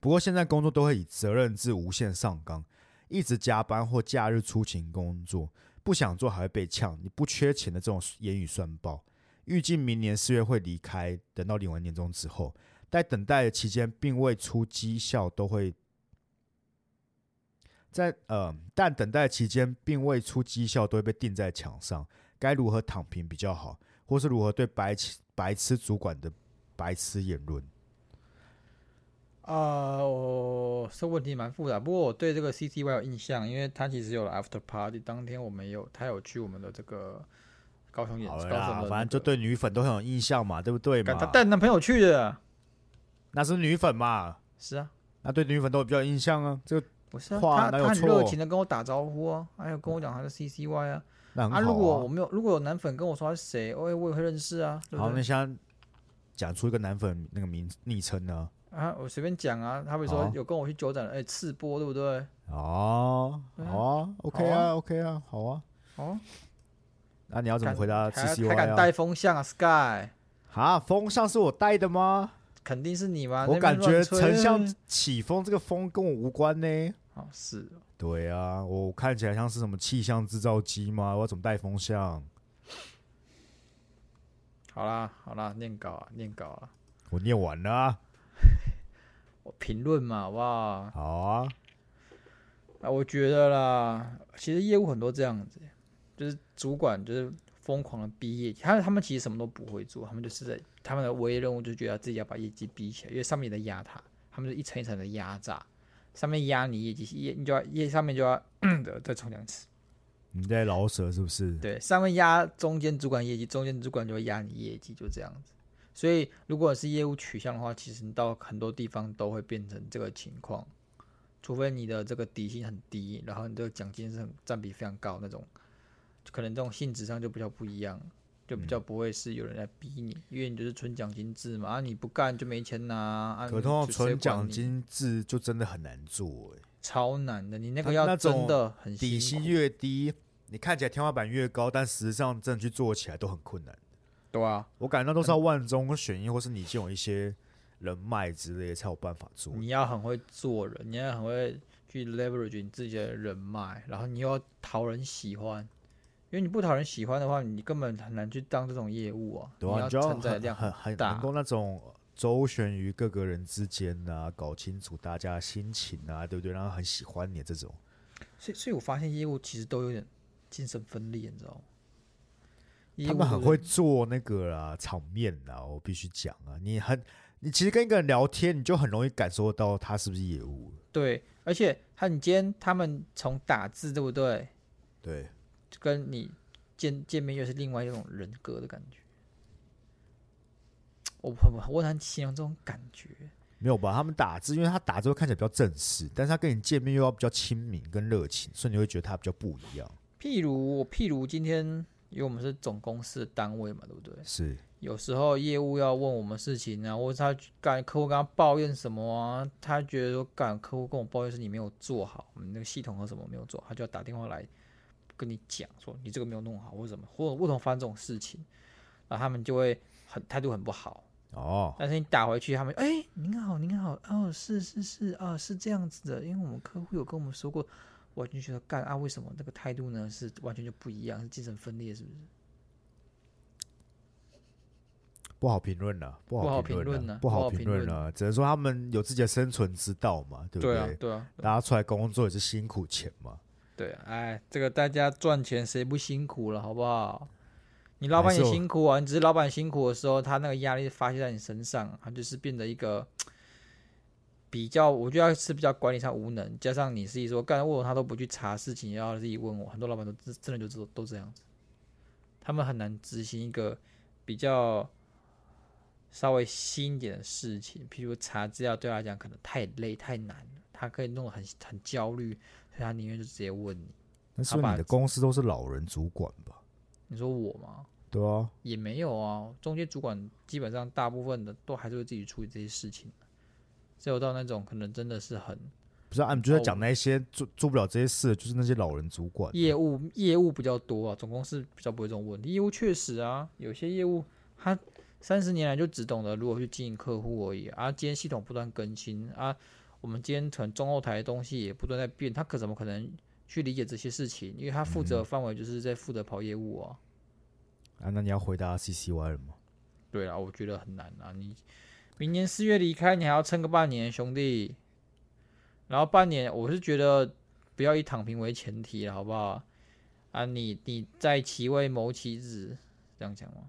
S2: 不过现在工作都会以责任制无限上纲，一直加班或假日出勤工作，不想做还会被呛，你不缺钱的这种言语酸爆。预计明年四月会离开，等到领完年终之后，在等待的期间并未出绩效，都会在呃，但等待期间并未出绩效，都会被钉在墙上。该如何躺平比较好，或是如何对白痴白痴主管的白痴言论？
S1: 啊，我这问题蛮复杂，不过我对这个 CCY 有印象，因为他其实有了 After Party，当天我们也有，他有去我们的这个高雄演，
S2: 好
S1: 高
S2: 了
S1: 雄
S2: 啦
S1: 的，
S2: 反正
S1: 那
S2: 就
S1: 个
S2: 对女粉都很有印象嘛，对不对
S1: 干，
S2: 嘛
S1: 他？带男朋友去的，
S2: 那是女粉嘛，
S1: 是啊。
S2: 那对女粉都比较有印象啊，这个
S1: 不是、啊，
S2: 话
S1: 他
S2: 哪有
S1: 他很
S2: 错
S1: 热情的跟我打招呼啊，还有跟我讲他是 CCY 啊。
S2: 那很好、
S1: 啊，如果我没有，如果有男粉跟我说他是谁，哎我也我也会认识啊，对不
S2: 好，那
S1: 对？
S2: 现在讲出一个男粉那个名昵称呢？
S1: 啊，我随便讲啊，他会说
S2: 好
S1: 有跟我去酒展，哎，次波对不对？
S2: 哦，
S1: 对啊
S2: 好啊，OK
S1: 好
S2: 啊，OK 啊，好啊。
S1: 哦，
S2: 那你要怎么
S1: 敢
S2: 回答
S1: 还还敢
S2: CCY
S1: 带风向啊，Sky，
S2: 啊？啊，风向是我带的吗？
S1: 肯定是你嘛。
S2: 我
S1: 啊那边
S2: 感觉
S1: 乱吹
S2: 丞相起风这个风跟我无关呢。
S1: 哦是哦，
S2: 对啊，我看起来像是什么气象制造机吗？我要怎么带风向？
S1: 好啦好啦，念稿啊念稿啊，
S2: 我念完了啊、
S1: 我评论嘛好不好？
S2: 好啊，
S1: 啊，我觉得啦，其实业务很多这样子，就是主管就是疯狂的逼业绩，他他们其实什么都不会做，他们就是在他们的唯一任务就是觉得自己要把业绩逼起来，因为上面在压他，他们就一层一层的压榨，上面压你业绩，业你就要业上面就要 再再冲两次，
S2: 你在饶舌是不是？
S1: 对，上面压中间主管业绩，中间主管就会压你业绩，就这样子。所以如果是业务取向的话，其实你到很多地方都会变成这个情况，除非你的这个底薪很低，然后你的奖金是很占比非常高那种，可能这种性质上就比较不一样。就比较
S2: 嗯
S1: 不会是有人来逼你，因为你就是纯奖金制嘛，啊你不干就没钱拿啊。
S2: 可通常
S1: 就谁管
S2: 纯奖
S1: 你
S2: 金制就真的很难做、欸，
S1: 超难的，你那
S2: 他
S1: 个要
S2: 那种
S1: 真的很
S2: 底
S1: 辛
S2: 薪
S1: 苦，
S2: 越低，你看起来天花板越高，但实际上真的去做起来都很困难。
S1: 对啊，
S2: 我感觉那都是要万中选一，或是你就有一些人脉之类的才有办法做。
S1: 你要很会做人，你要很会去 leverage 你自己的人脉，然后你又要讨人喜欢，因为你不讨人喜欢的话，你根本很难去当这种业务啊。
S2: 对
S1: 你
S2: 啊，
S1: 要
S2: 你就要
S1: 承载
S2: 很
S1: 量
S2: 很很
S1: 大
S2: 能够那种周旋于各个人之间啊，搞清楚大家的心情啊，对不对？然后很喜欢你这种，
S1: 所以，所以我发现业务其实都有点精神分裂，你知道吗？
S2: 他
S1: 业务
S2: 们很
S1: 就是
S2: 会做那个啊场面啊，我必须讲啊，你很你其实跟一个人聊天，你就很容易感受到他是不是业务了。
S1: 对，而且他你今天他们从打字对不对，
S2: 对，
S1: 就跟你见见面又是另外一种人格的感觉。我很我很难形容这种感觉，
S2: 没有吧？他们打字，因为他打字会看起来比较正式，但是他跟你见面又要比较亲民跟热情，所以你会觉得他比较不一样。
S1: 譬如我，譬如今天，因为我们是总公司的单位嘛，对不对？
S2: 是，
S1: 有时候业务要问我们事情啊，或者他干客户跟他抱怨什么啊，他觉得说干客户跟我抱怨是你没有做好，我们那个系统和什么没有做好，他就要打电话来跟你讲说你这个没有弄好或者什么，或者为什么发生这种事情，然后他们就会很态度很不好。
S2: 哦，
S1: 但是你打回去，他们哎、您好，您好，哦，是是是，啊，是这样子的，因为我们客户有跟我们说过，我就觉得干啊，为什么那个态度呢是完全就不一样，是精神分裂，是不是？
S2: 不好评论了，不
S1: 不好
S2: 好
S1: 评
S2: 论
S1: 论
S2: 了
S1: 啊，
S2: 不
S1: 不
S2: 好
S1: 好
S2: 评
S1: 评
S2: 论
S1: 论
S2: 了，只能说他们有自己的生存之道嘛，对不
S1: 对啊，对啊，
S2: 大家出来工作也是辛苦钱嘛，
S1: 对啊，哎，这个大家赚钱谁不辛苦了，好不好？你老板也
S2: 还是有
S1: 辛苦啊，你只是老板辛苦的时候，他那个压力发泄在你身上，他就是变得一个比较，我觉得是比较管理上无能，加上你自己说干问我他都不去查事情，要自己问我，很多老板都真真的就都都这样子，他们很难执行一个比较稍微新一点的事情，譬如查资料对他来讲可能太累太难了，他可以弄得很很焦虑，所以他宁愿就直接问你。
S2: 那是不是
S1: 他把
S2: 你的公司都是老人主管吧？
S1: 你说我吗？
S2: 对啊，
S1: 也没有啊，中介主管基本上大部分的都还是会自己处理这些事情，只有到那种可能真的是很
S2: 不是啊，你就在讲那些做做不了这些事，就是那些老人主管。
S1: 业务业务比较多啊，总公司比较不会这种问题。业务确实啊，有些业务他三十年来就只懂得如何去经营客户而已啊。啊今天系统不断更新啊，我们今天可能中后台的东西也不断在变，他可怎么可能去理解这些事情？因为他负责的范围就是在负责跑业务啊。
S2: 啊，那你要回答 C C Y 了吗？
S1: 对啊，我觉得很难啊。你明年四月离开，你还要撑个半年，兄弟。然后半年，我是觉得不要以躺平为前提了，好不好？啊，你你在其位谋其职，这样讲吗？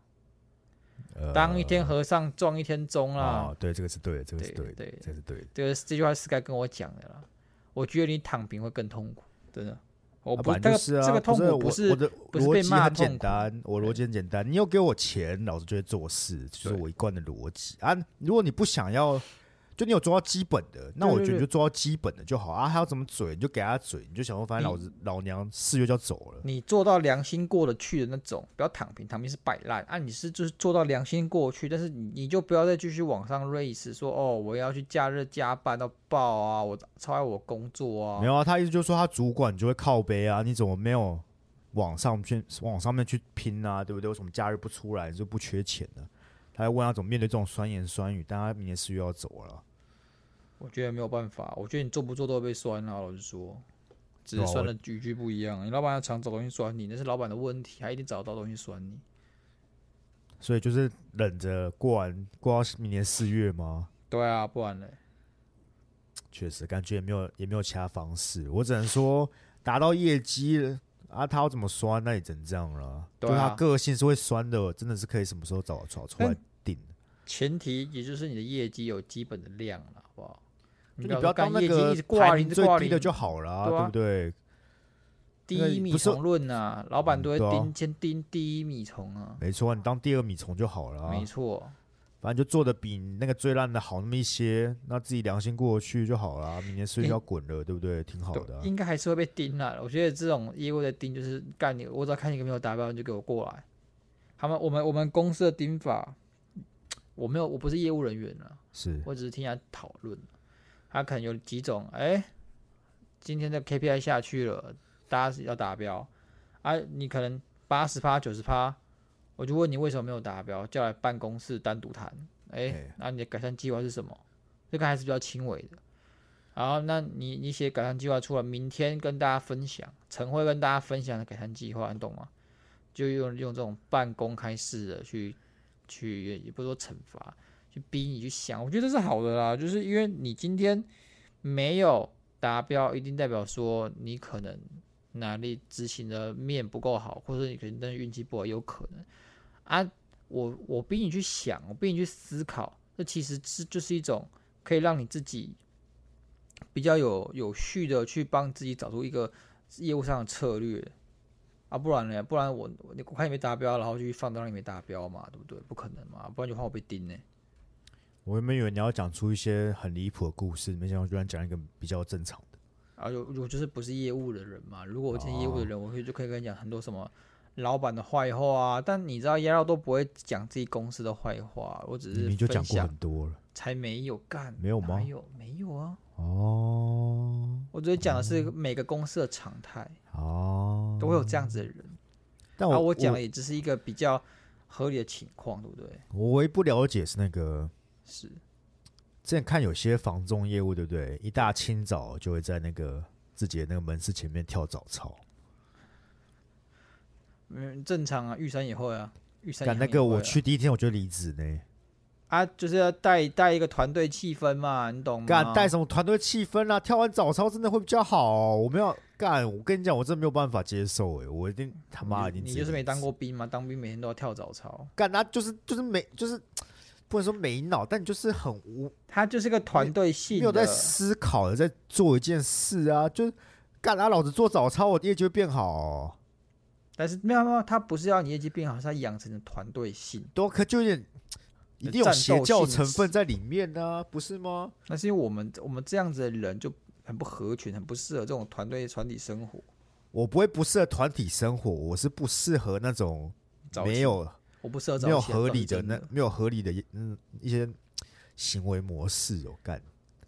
S2: 呃，
S1: 当一天和尚撞一天钟啦
S2: 啊，，对，这个是对的，这个是
S1: 对
S2: 对的
S1: 对，
S2: 这个是对的。
S1: 这个这句话是该跟我讲的啦。我觉得你躺平会更痛苦，真的。我
S2: 啊
S1: 不，
S2: 本
S1: 这
S2: 来
S1: 个
S2: 就是啊，
S1: 这个痛苦
S2: 不
S1: 不
S2: 是我我的
S1: 不是
S2: 逻
S1: 被
S2: 辑
S1: 骂
S2: 很
S1: 痛
S2: 简
S1: 苦
S2: 单，我逻辑很简单，你又给我钱，老子就会做事，就是
S1: 对
S2: 我一贯的逻辑啊。如果你不想要，就你有做到基本的，那
S1: 对
S2: 我
S1: 对
S2: 觉得你
S1: 对
S2: 就做到基本的就好啊。他要怎么嘴，你就给他嘴，你就想说，反正老子老娘四月就要走了，
S1: 你做到良心过得去的那种，不要躺平，躺平是摆烂啊！你是就是做到良心过去，但是你你就不要再继续往上 race，说哦，我要去假日加班到爆啊，我超爱我工作啊
S2: 没，有啊？他意思就是说，他主管就会靠背啊，你怎么没有往上去往上面去拼啊？对不对？为什么假日不出来，你就不缺钱呢、他在问他怎么面对这种酸言酸语，但他明年四月要走了，
S1: 我觉得没有办法，我觉得你做不做都会被酸啊，老实说，只
S2: 对
S1: 是
S2: 啊
S1: 酸
S2: 我
S1: 的语句不一样。你老板要常找东西酸你，那是老板的问题，他一定找得到东西酸你。
S2: 所以就是忍着过完过到明年四月吗？
S1: 对啊，不然嘞，
S2: 确实，感觉也没有也没有其他方式，我只能说达到业绩了啊，他要怎么酸，那也只能这样了。
S1: 对啊嗯
S2: 就他个性是会酸的，真的是可以什么时候找找出来定。
S1: 前提也就是你的业绩有基本的量了，好不好？
S2: 就你
S1: 要
S2: 不要
S1: 说干
S2: 当那
S1: 业绩
S2: 个
S1: 一直挂
S2: 排
S1: 零
S2: 名
S1: 一直
S2: 最
S1: 挂
S2: 低
S1: 零
S2: 的就好了、
S1: 对啊
S2: 对不对？
S1: 第
S2: 那
S1: 一米
S2: 不是
S1: 虫论啊，老板都会
S2: 嗯对啊
S1: 盯、先盯第一米虫啊，
S2: 没错，你当第二米虫就好了、啊
S1: 没错。
S2: 反正就做的比你那个最烂的好那么一些，那自己良心过得去就好了。啊明年四月就要滚了，对不对？挺好
S1: 对
S2: 的啊、
S1: 应该还是会被盯啦。我觉得这种业务的盯就是干你，我只要看你有没有达标，你就给我过来。他们我们我们公司的钉法，我没有我不是业务人员啊，
S2: 是
S1: 我只是听人家讨论，他可能有几种，哎、今天的 KPI 下去了，大家是要达标，啊，你可能八十趴九十趴，我就问你为什么没有达标，叫来办公室单独谈，哎、
S2: 哎
S1: 那你的改善计划是什么？这个还是比较轻微的。然后，那你你写改善计划出来，明天跟大家分享，晨会跟大家分享的改善计划，你懂吗？就用用这种半公开式的去去，也也不是说惩罚，去逼你去想，我觉得这是好的啦，就是因为你今天没有达标，一定代表说你可能哪里执行的面不够好，或者你可能真的运气不好，有可能啊。我我逼你去想，我逼你去思考，这其实是就是一种可以让你自己比较有有序的去帮自己找出一个业务上的策略啊，不然呢？不然我我我看你没达标，然后就去放到让你没达标嘛，对不对？不可能嘛，不然就换我被盯呢、
S2: 我原本以为你要讲出一些很离谱的故事，没想到居然讲一个比较正常的。
S1: 啊，就我就是不是业务的人嘛。如果我是业务的人，我会就可以跟你讲很多什么老板的坏话啊。但你知道，鸭肉都不会讲自己公司的坏话，我只
S2: 你明
S1: 是
S2: 明就
S1: 呃分
S2: 讲过
S1: 享，
S2: 很多了
S1: 才没有干，
S2: 没有
S1: 哪
S2: 吗
S1: 有没有啊，
S2: 哦
S1: 我只是讲的是每个公司的常态，
S2: 哦，
S1: 都会有这样子的人。
S2: 但
S1: 啊，
S2: 哦我
S1: 我讲的也只是一个比较合理的情况，对不对？
S2: 我唯一不了解是那个
S1: 是
S2: 之前看有些房仲业务，对不对？一大清早就会在那个自己的那个门市前面跳早操。
S1: 嗯，正常啊，玉山也会啊，玉山
S2: 但
S1: 也
S2: 那
S1: 会
S2: 个我
S1: 啊
S2: 去第一天我就离职呢，
S1: 啊，就是要带带一个团队气氛嘛，你懂吗？
S2: 干带什么团队气氛啊？跳完早操真的会比较好、我没有干，我跟你讲，我真的没有办法接受哎、我一定他妈已
S1: 你
S2: 经
S1: 你
S2: 直接
S1: 就是没
S2: 离
S1: 当
S2: 职
S1: 过兵嘛，当兵每天都要跳早操，
S2: 干，他就是就是没就是不能说没脑，但你就是很无
S1: 他就是个团队
S2: 没
S1: 性
S2: 有在
S1: 的。
S2: 思考的在做一件事啊，就是干他老子做早操，我业绩会变好、哦。
S1: 但是没有没有，他不是要你业绩变好，是要养成你的团队性。
S2: 多可就有点一定有
S1: 战
S2: 邪
S1: 斗
S2: 教
S1: 性
S2: 成
S1: 质
S2: 分在里面呢、不是吗？
S1: 那是因为我们我们这样子的人就很不合群，很不适合这种团队团体生活。
S2: 我不会不适合团体生活，我是不适合那种
S1: 早
S2: 没
S1: 起
S2: 有
S1: 我不适合早
S2: 没有
S1: 起啊
S2: 合
S1: 这
S2: 理
S1: 是
S2: 的
S1: 真
S2: 那
S1: 的
S2: 没有合理的嗯一些行为模式哦，干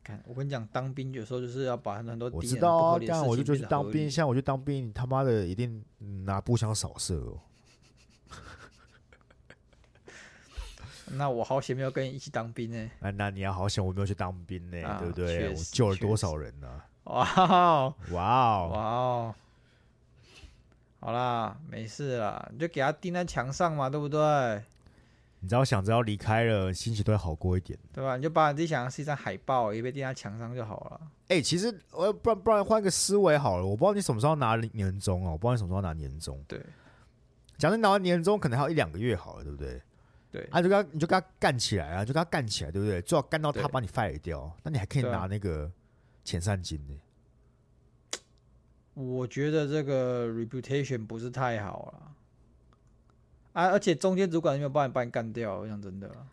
S1: 看，我跟你讲，当兵有时候就是要把很多
S2: 我
S1: 敌
S2: 知
S1: 人
S2: 道
S1: 不合
S2: 啊，
S1: 理的事
S2: 干
S1: 情
S2: 我就就
S1: 变
S2: 去
S1: 得
S2: 当
S1: 合
S2: 兵，
S1: 理
S2: 像我去当兵，他妈的一定嗯拿步枪扫射哦，
S1: 那我好险没有跟你一起当兵 呢、
S2: 哎，那你要好想我没有去当兵呢、
S1: 啊
S2: 对不
S1: 确
S2: 对？我
S1: 实
S2: 救了
S1: 确
S2: 多
S1: 实
S2: 少人呢、
S1: 哇哦，
S2: 哇
S1: 哇
S2: 哦，
S1: 哦，好啦，没事啦，你就给他钉在墙上嘛，对不对？
S2: 你只要想着要离开了，心情都会好过一点。
S1: 对吧？你就把你自己想象是一张海报，也被钉在墙上就好了。
S2: 哎、其实呃，不然不然换个思维好了。我不知道你什么时候拿年终哦，我不知道你什么时候拿年终。
S1: 对
S2: 假设拿完年终，可能还有一两个月好了，对不对？
S1: 对，
S2: 啊，就跟他你就跟他干起来啊，就跟他干起来，对不对？最好干到他
S1: 对
S2: 把你 fire 掉，那你还可以
S1: 对啊
S2: 拿那个遣散金呢、
S1: 我觉得这个 reputation 不是太好了。啊，而且中间主管有没有把你把你干掉？我讲真的啦，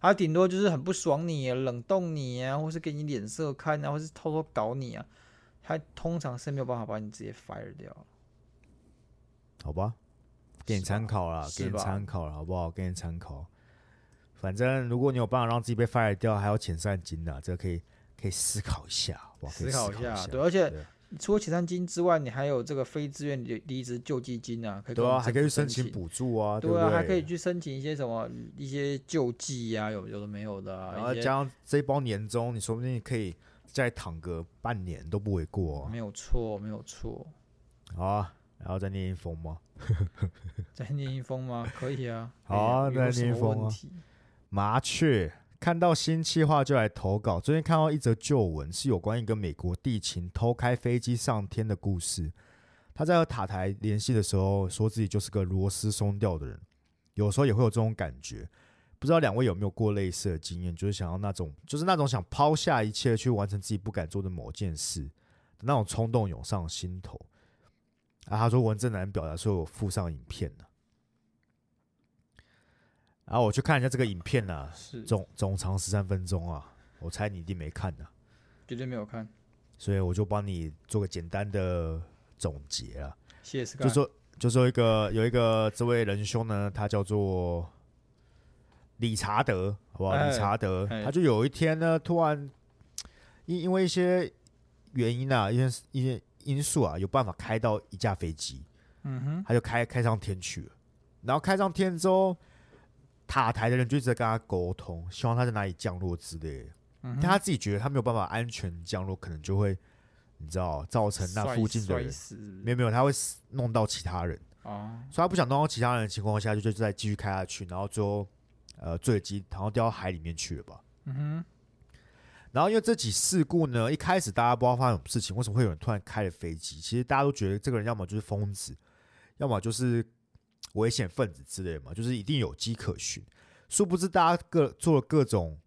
S1: 他顶多就是很不爽你、冷冻你啊，或是给你脸色看啊，或是偷偷搞你啊，他通常是没有办法把你直接 fire 掉。
S2: 好吧？给
S1: 是
S2: 你
S1: 吧
S2: 参考啦，给
S1: 是
S2: 你
S1: 吧
S2: 参考了，好不好？给你参考。反正如果你有办法让自己被 fire 掉，还有遣散金呢、这个可以可以思考一下，好不好？可以
S1: 思考
S2: 一
S1: 一
S2: 下
S1: 下，，对，啊而且
S2: 对
S1: 除了遣散金之外，你还有这个非自愿离离职救济金啊，可以跟
S2: 对
S1: 我
S2: 啊，
S1: 们
S2: 还可以去
S1: 政府
S2: 申
S1: 申
S2: 请补助啊，
S1: 对
S2: 不
S1: 啊，
S2: 对？
S1: 还可以去申请一些什么一些救济啊，有有的没有的、啊，
S2: 然后
S1: 一些
S2: 加上这一包年终，你说不定可以再躺个半年都不为过、啊。
S1: 没有错，没有 错。
S2: 好啊，然后再念一封吗？
S1: 再念一封吗？可以啊。
S2: 好啊
S1: 哎呀有
S2: 再
S1: 什
S2: 念
S1: 么
S2: 一封啊
S1: 问题？
S2: 麻雀看到新气话就来投稿。最近看到一则旧闻，是有关一个美国地勤偷开飞机上天的故事。他在和塔台联系的时候，说自己就是个螺丝松掉的人，有时候也会有这种感觉。不知道两位有没有过类似的经验，就是想要那种，就是那种想抛下一切去完成自己不敢做的某件事，那种冲动涌上心头。啊，他说文正男表达说有附上影片呢、然后我去看一下这个影片啊呢、
S1: 是
S2: 总总长十三分钟啊，我猜你一定没看啊呢、
S1: 绝对没有看。
S2: 所以我就帮你做个简单的总结啊，
S1: 谢谢 Sky。
S2: 就说就说一个有一个这位仁兄呢，他叫做理查德，好不好？
S1: 哎
S2: 理查德，
S1: 哎
S2: 他就有一天呢，突然因因为一些原因啊，因为一些因素啊，有办法开到一架飞机，
S1: 嗯哼，
S2: 他就开开上天去了。然后开上天之后，塔台的人就一直在跟他沟通，希望他在哪里降落之类的。
S1: 嗯
S2: 但
S1: 哼
S2: 他自己觉得他没有办法安全降落，可能就会你知道造成那附近的
S1: 摔
S2: 人
S1: 摔死
S2: 没有没有，他会死弄到其他人，
S1: 哦，
S2: 所以他不想弄到其他人的情况下，就就再继续开下去，然后最后呃坠机，然后掉到海里面去了吧。
S1: 嗯哼，
S2: 然后因为这起事故呢，一开始大家不知道发生什么事情，为什么会有人突然开了飞机？其实大家都觉得这个人要么就是疯子，要么就是危险分子之类的嘛，就是一定有迹可循。殊不知大家各做了各种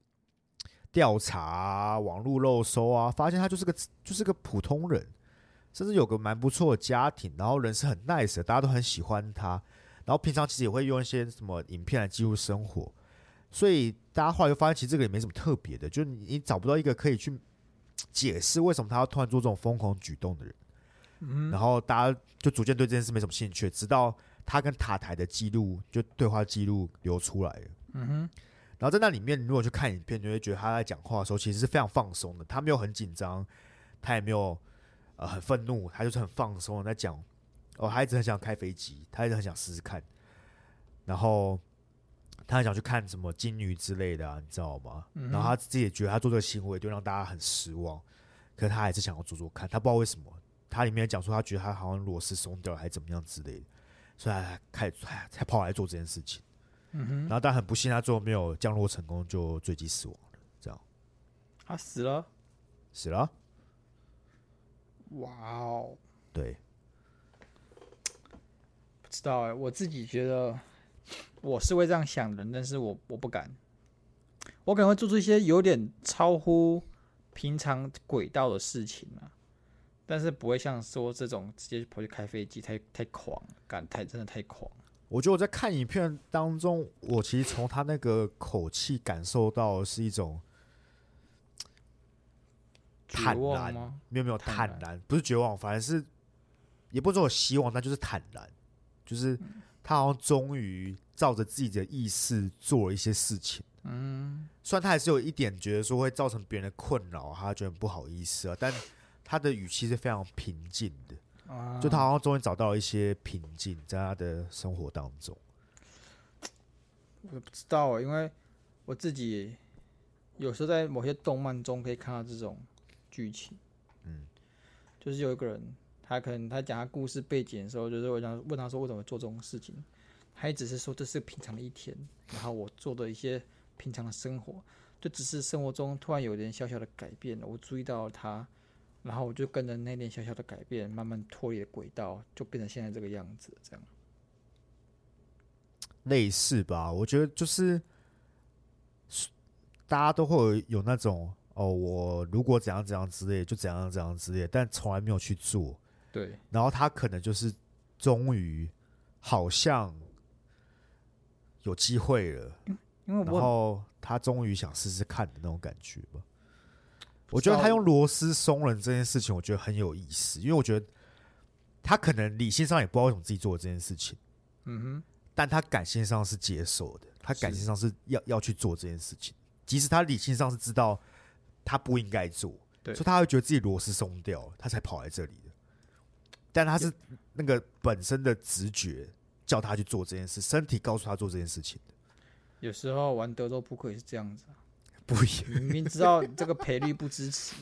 S2: 调查、啊、网络漏搜啊，发现他就是个就是个普通人，甚至有个蛮不错的家庭，然后人是很 nice 的，大家都很喜欢他。然后平常其实也会用一些什么影片来记录生活，所以大家后来就发现，其实这个也没什么特别的，就是你你找不到一个可以去解释为什么他要突然做这种疯狂举动的人。
S1: 嗯
S2: 然
S1: 哼，
S2: 后大家就逐渐对这件事没什么兴趣，直到他跟塔台的记录，就对话记录流出来了。
S1: 嗯哼，
S2: 然后在那里面，如果去看影片，你会觉得他在讲话的时候其实是非常放松的，他没有很紧张，他也没有呃很愤怒，他就是很放松的在讲。哦，他一直很想开飞机，他一直很想试试看，然后他很想去看什么金鱼之类的、啊，你知道吗？
S1: 嗯哼
S2: 然后他自己也觉得他做这个行为就让大家很失望，可是他还是想要做做看，他不知道为什么。他里面讲说，他觉得他好像螺丝松掉了，还是怎么样之类的，所以他开才才跑来做这件事情。
S1: 嗯
S2: 然
S1: 哼，
S2: 后但很不幸，他最后没有降落成功，就坠机死亡了，
S1: 他啊死了，
S2: 死了。
S1: 哇哦，
S2: 对，
S1: 不知道哎、我自己觉得我是会这样想的人，但是我我不敢，我可能会做出一些有点超乎平常轨道的事情啊，但是不会像说这种直接跑去开飞机太太狂了，敢太真的太狂了，
S2: 我觉得我在看影片当中，我其实从他那个口气感受到的是一种
S1: 绝
S2: 坦
S1: 望
S2: 然
S1: 吗？
S2: 没有没有
S1: 坦然
S2: 坦然，不是绝望，反而是也不是说有希望，但就是坦然，就是
S1: 嗯
S2: 他好像终于照着自己的意识做了一些事情。
S1: 嗯
S2: 虽然他还是有一点觉得说会造成别人的困扰，他觉得很不好意思啊，但他的语气是非常平静的。
S1: 啊，
S2: 就他好像终于找到一些平静，在他的生活当中。
S1: 我不知道欸，因为我自己有时候在某些动漫中可以看到这种剧情。
S2: 嗯，
S1: 就是有一个人，他可能他讲他故事背景的时候，就是我想问他说为什么做这种事情，他也只是说这是平常的一天，然后我做的一些平常的生活，就只是生活中突然有点小小的改变了，我注意到了他，然后我就跟着那点小小的改变，慢慢脱离了轨道，就变成现在这个样子，这样。
S2: 类似吧，我觉得就是大家都会有有那种哦，我如果怎样怎样之类，就怎样怎样之类，但从来没有去做。
S1: 对，
S2: 然后他可能就是终于好像有机会了，
S1: 因为
S2: 然
S1: 我
S2: 后他终于想试试看的那种感觉吧。
S1: 不
S2: 我
S1: 知
S2: 觉得
S1: 道
S2: 他用螺丝松人这件事情，我觉得很有意思，因为我觉得他可能理性上也不知道为什么自己做了这件事情，
S1: 嗯哼。
S2: 但他感性上是接受的，他感
S1: 是
S2: 性上是要要去做这件事情，即使他理性上是知道他不应该做，
S1: 对
S2: 所以他会觉得自己螺丝松掉了，他才跑来这里的。但他是那个本身的直觉叫他去做这件事，身体告诉他做这件事情的，
S1: 有时候玩德州扑克也是这样子啊，
S2: 不一样。
S1: 你明明知道这个赔率不支持，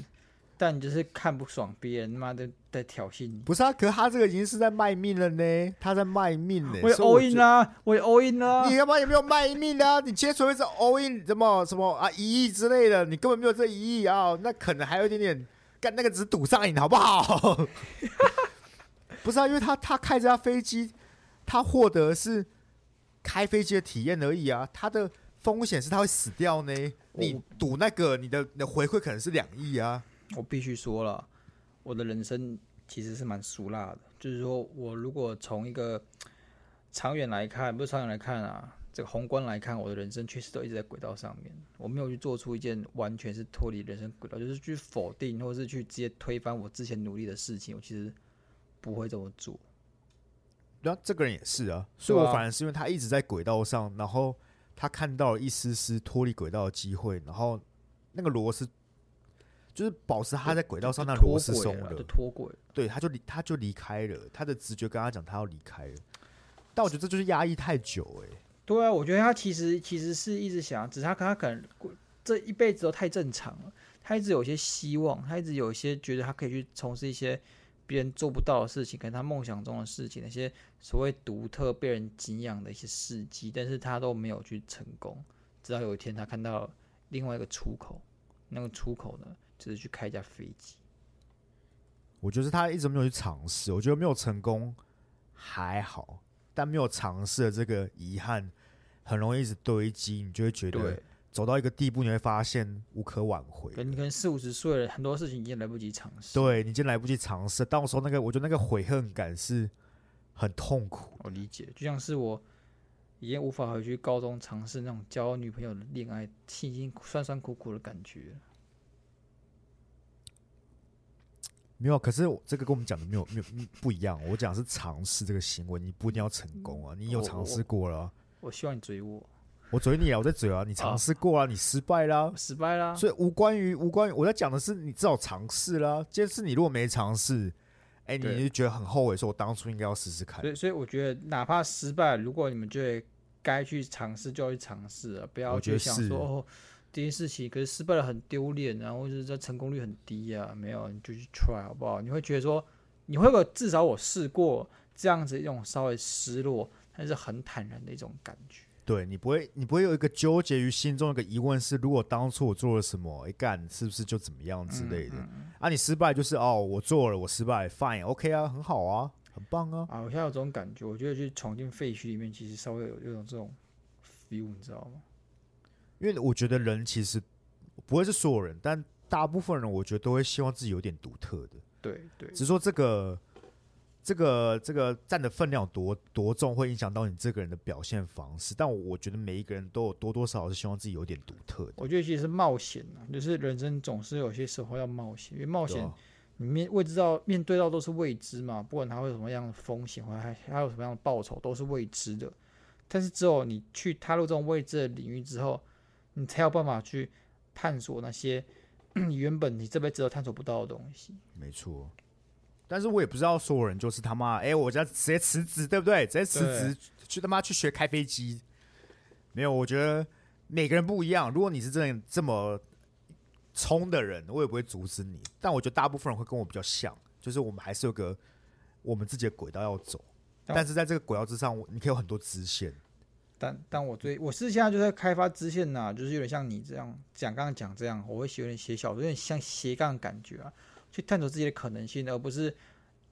S1: 但你就是看不爽别人，妈的在挑衅你。
S2: 不是啊，可是他这个已经是在卖命了呢，他在卖命呢。
S1: 我也
S2: 所以
S1: all
S2: 我觉
S1: in 啊啦，我也 all in 啊啦
S2: 你。他妈也没有卖命啊！你今天所谓是 all in 什么什么啊一亿之类的，你根本没有这一亿啊，那可能还有一点点干那个只是赌上瘾，好不好？ 不是啊，因为他他开这架飞机，他获得的是开飞机的体验而已啊，他的风险是他会死掉呢。你赌那个，你的你的回馈可能是两亿啊。
S1: 我必须说了，我的人生其实是蛮俗辣的，就是说我如果从一个长远来看，不是长远来看啊，这个宏观来看，我的人生确实都一直在轨道上面，我没有去做出一件完全是脱离人生轨道，就是去否定或是去直接推翻我之前努力的事情，我其实不会这么做。
S2: 然后这个人也是啊，
S1: 对
S2: 所
S1: 啊
S2: 以我反而是因为他一直在轨道上，然后他看到了一丝丝脱离轨道的机会，然后那个螺丝就是保持他在轨道上，那螺丝
S1: 脱轨
S2: 松
S1: 了，
S2: 了
S1: 就，脱轨了。
S2: 对，他就离他就离开了，他的直觉跟他讲他要离开了，但我觉得这就是压抑太久哎、
S1: 对啊，我觉得他其实其实是一直想，只是他他可能过这一辈子都太正常了，他一直有一些希望，他一直有一些觉得他可以去从事一些别人做不到的事情，可能他梦想中的事情，那些所谓独特被人敬仰的一些事迹，但是他都没有去成功。直到有一天，他看到另外一个出口，那个出口呢，就是去开一架飞机。
S2: 我觉得他一直没有去尝试，我觉得没有成功还好，但没有尝试的这个遗憾，很容易一直堆积，你就会觉得
S1: 对，
S2: 走到一个地步，你会发现无可挽回。
S1: 可能可能四五十岁了，很多事情已经来不及尝试。，
S2: 对你今天来不及尝试，到时候那个，我觉得那个悔恨感是很痛苦。
S1: 我理解，就像是我已经无法回去高中尝试那种交女朋友的恋爱，已经酸酸苦苦的感觉了。
S2: 没有，可是我这个跟我们讲的没有没有嗯不一样。我讲的是尝试这个行为，你不一定要成功啊，你有
S1: 我
S2: 尝试过了啊、
S1: 我希望你追我，
S2: 我嘴你啊，我在嘴啊，你尝试过啊，你失败啦、
S1: 我失败啦。
S2: 所以无关于无关于，我在讲的是你至少尝试啦。今天是你如果没尝试，哎、
S1: 对
S2: 你就觉得很后悔，说我当初应该要试试看
S1: 所。以，所以我觉得，哪怕失败，如果你们觉得该去尝试，就要去尝试了，不要
S2: 我
S1: 去
S2: 觉得
S1: 想
S2: 是
S1: 说哦，这件事情可是失败了很丢脸啊，或者是这成功率很低啊。没有，你就去 try 好不好？你会觉得说，你会有至少我试过这样子一种稍微失落，但是很坦然的一种感觉。
S2: 对你不会，你不会有一个纠结于心中一个疑问是：如果当初我做了什么，哎、干是不是就怎么样之类的？啊，你失败就是哦，我做了，我失败，fine，OK、啊，很好啊，很棒啊。
S1: 啊，我现在有这种感觉，我觉得去闯进废墟里面，其实稍微有有种这种 feel，你知道吗？
S2: 因为我觉得人其实不会是所有人，但大部分人我觉得都会希望自己有点独特的。
S1: 对对
S2: 只是说这个这个这个占的分量有多多重，会影响到你这个人的表现方式。但我觉得每一个人都有多多少少是希望自己有点独特的。
S1: 我觉得其实是冒险啊，就是人生总是有些时候要冒险，因为冒
S2: 对
S1: 险
S2: 啊
S1: 你面未知道面对到都是未知嘛，不管它会有什么样的风险，或还还有什么样的报酬，都是未知的。但是只有你去踏入这种未知的领域之后，你才有办法去探索那些 你原本你这辈子都探索不到的东西。
S2: 没错。但是我也不知道所有人就是他妈，哎、我家直接辞职，对不对？直接辞职去他妈去学开飞机。没有，我觉得每个人不一样。如果你是真的这么冲的人，我也不会阻止你。但我觉得大部分人会跟我比较像，就是我们还是有个我们自己的轨道要走。
S1: 但
S2: 但是在这个轨道之上，我你可以有很多支线。
S1: 但但我最我是现在就在开发支线呐、就是有点像你这样讲，刚刚讲这样，我会有点写小，有点像斜杠的感觉啊，去探索自己的可能性，而不是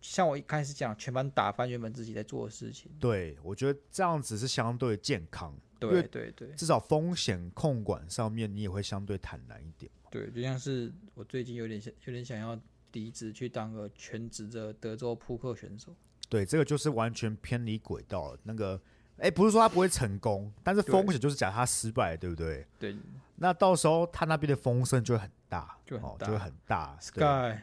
S1: 像我一开始讲全盘打翻原本自己在做的事情。
S2: 对我觉得这样子是相对健康，因
S1: 对
S2: 为
S1: 对对
S2: 至少风险控管上面你也会相对坦然一点。
S1: 对，就像是我最近有点想有点想要离职去当个全职的德州扑克选手，
S2: 对，这个就是完全偏离轨道了。那个，哎，不是说他不会成功，但是风险就是假如他失败，对不对？
S1: 对
S2: 那到时候他那边的风声就会很大，
S1: 就很
S2: 哦，
S1: 大
S2: 就会很大。对，
S1: ，Sky。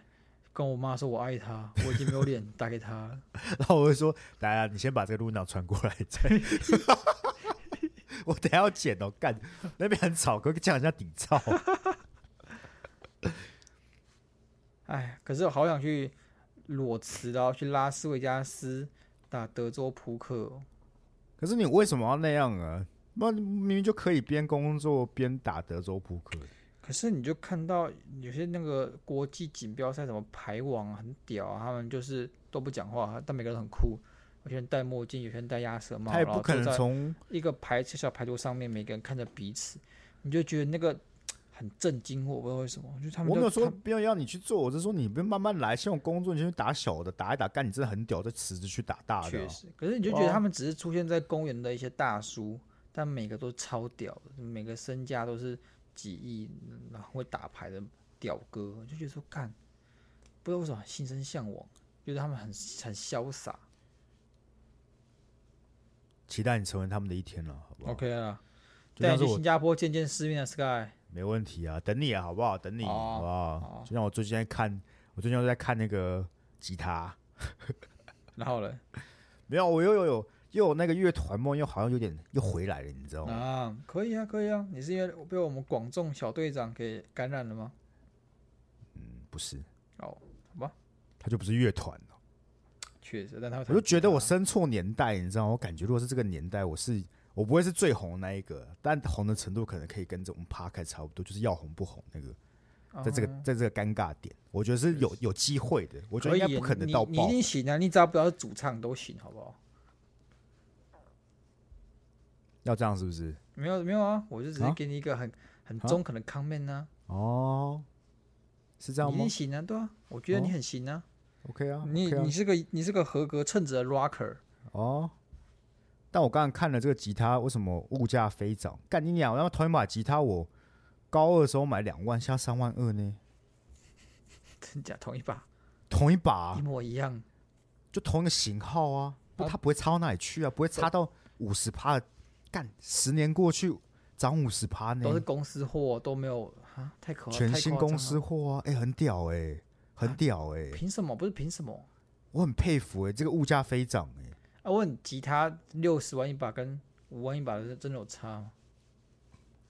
S1: 跟我妈说我爱她，我已经没有脸打给她了。
S2: 然后我会说，大家你先把这个录音档传过来， 再我等一下要剪哦，干那边很吵，可不可以讲一下底噪。
S1: 哎，可是我好想去裸辞，然后去拉斯维加斯打德州扑克、哦。
S2: 可是你为什么要那样啊？那你明明就可以边工作边打德州扑克。
S1: 可是你就看到有些那个国际锦标赛什么排网啊很屌啊，他们就是都不讲话，但每个人很酷，有些人戴墨镜，有些人戴鸭舌帽，
S2: 他也
S1: 然
S2: 不
S1: 后
S2: 可
S1: 坐
S2: 能
S1: 在
S2: 从
S1: 一个排小小排桌上面，每个人看着彼此，你就觉得那个很震惊，我不知道为什么，就是他们
S2: 我没有
S1: 就
S2: 说
S1: 他
S2: 不要要你去做，我是说你不用慢慢来，先有工作，你先去打小的，打一打，干你真的很屌，再辞职去打大的、啊哦
S1: 确实，可是你就觉得
S2: 哇
S1: 他们只是出现在公园的一些大叔，但每个都超屌的，每个身价都是几亿，然后会打牌的屌哥，就觉得说干，不知道为什么心生向往，觉得他们很很潇洒。
S2: 期待你成为他们的一天了，好不好
S1: OK 啦，
S2: 就
S1: 带
S2: 像
S1: 你
S2: 是
S1: 去
S2: 我
S1: 新加坡见见世面的 Sky，
S2: 没问题啊，等你啊，好不好？等你，
S1: 好啊
S2: 好不
S1: 好啊
S2: 好？就像我最近在看，我最近在看那个吉他，
S1: 然后嘞，
S2: 没有，我又有有又有那个乐团梦，又好像有点又回来了，你知道吗？
S1: 啊，可以啊，可以啊，你是因为被我们广众小队长给感染了吗？
S2: 嗯，不是，
S1: 哦，好吧，
S2: 他就不是乐团了。
S1: 确实，但他会
S2: 我就
S1: 弹吉
S2: 觉得我
S1: 他
S2: 生错年代，你知道吗？我感觉如果是这个年代，我是我不会是最红的那一个，但红的程度可能可以跟这种 p a r k 差不多，就是要红不红那个，在这个
S1: 哦
S2: 在这个尴尬点，我觉得是有有机会的，我觉得应
S1: 以
S2: 该
S1: 耶
S2: 不可能
S1: 你
S2: 到
S1: 你一
S2: 爆。
S1: 定行啊！你只要不要是主唱都行，好不好？
S2: 要这样是不是？
S1: 没有没有啊，我就只是
S2: 啊
S1: 给你一个很、很
S2: 啊
S1: 中肯的 comment 啊，
S2: 哦，是这样
S1: 你一
S2: 吗
S1: 定行啊，对啊，我觉得你
S2: 哦
S1: 很行啊，
S2: ？OK 啊，
S1: 你
S2: OK 啊
S1: 你是个你是个合格称职的 rocker，
S2: 哦。但我刚刚看了这个吉他，为什么物价飞涨？干你娘！我要同一把吉他，我高二的时候买两万，现在三万二呢，
S1: 真假同一把，
S2: 同一把啊、
S1: 一模一样，
S2: 就同一个型号啊，不，
S1: 啊
S2: 它不会差到哪里去啊，不会差到五十趴。干，十年过去涨五十趴呢
S1: 都，是公司货，都没有啊，太可
S2: 全新公，司
S1: 太夸
S2: 货啊，哎、很屌哎、很屌哎、
S1: 张了凭什么？不是凭什么？
S2: 我很佩服哎、这个物价飞涨哎、
S1: 啊，问吉他六十万一把跟五万一把的真的有差吗？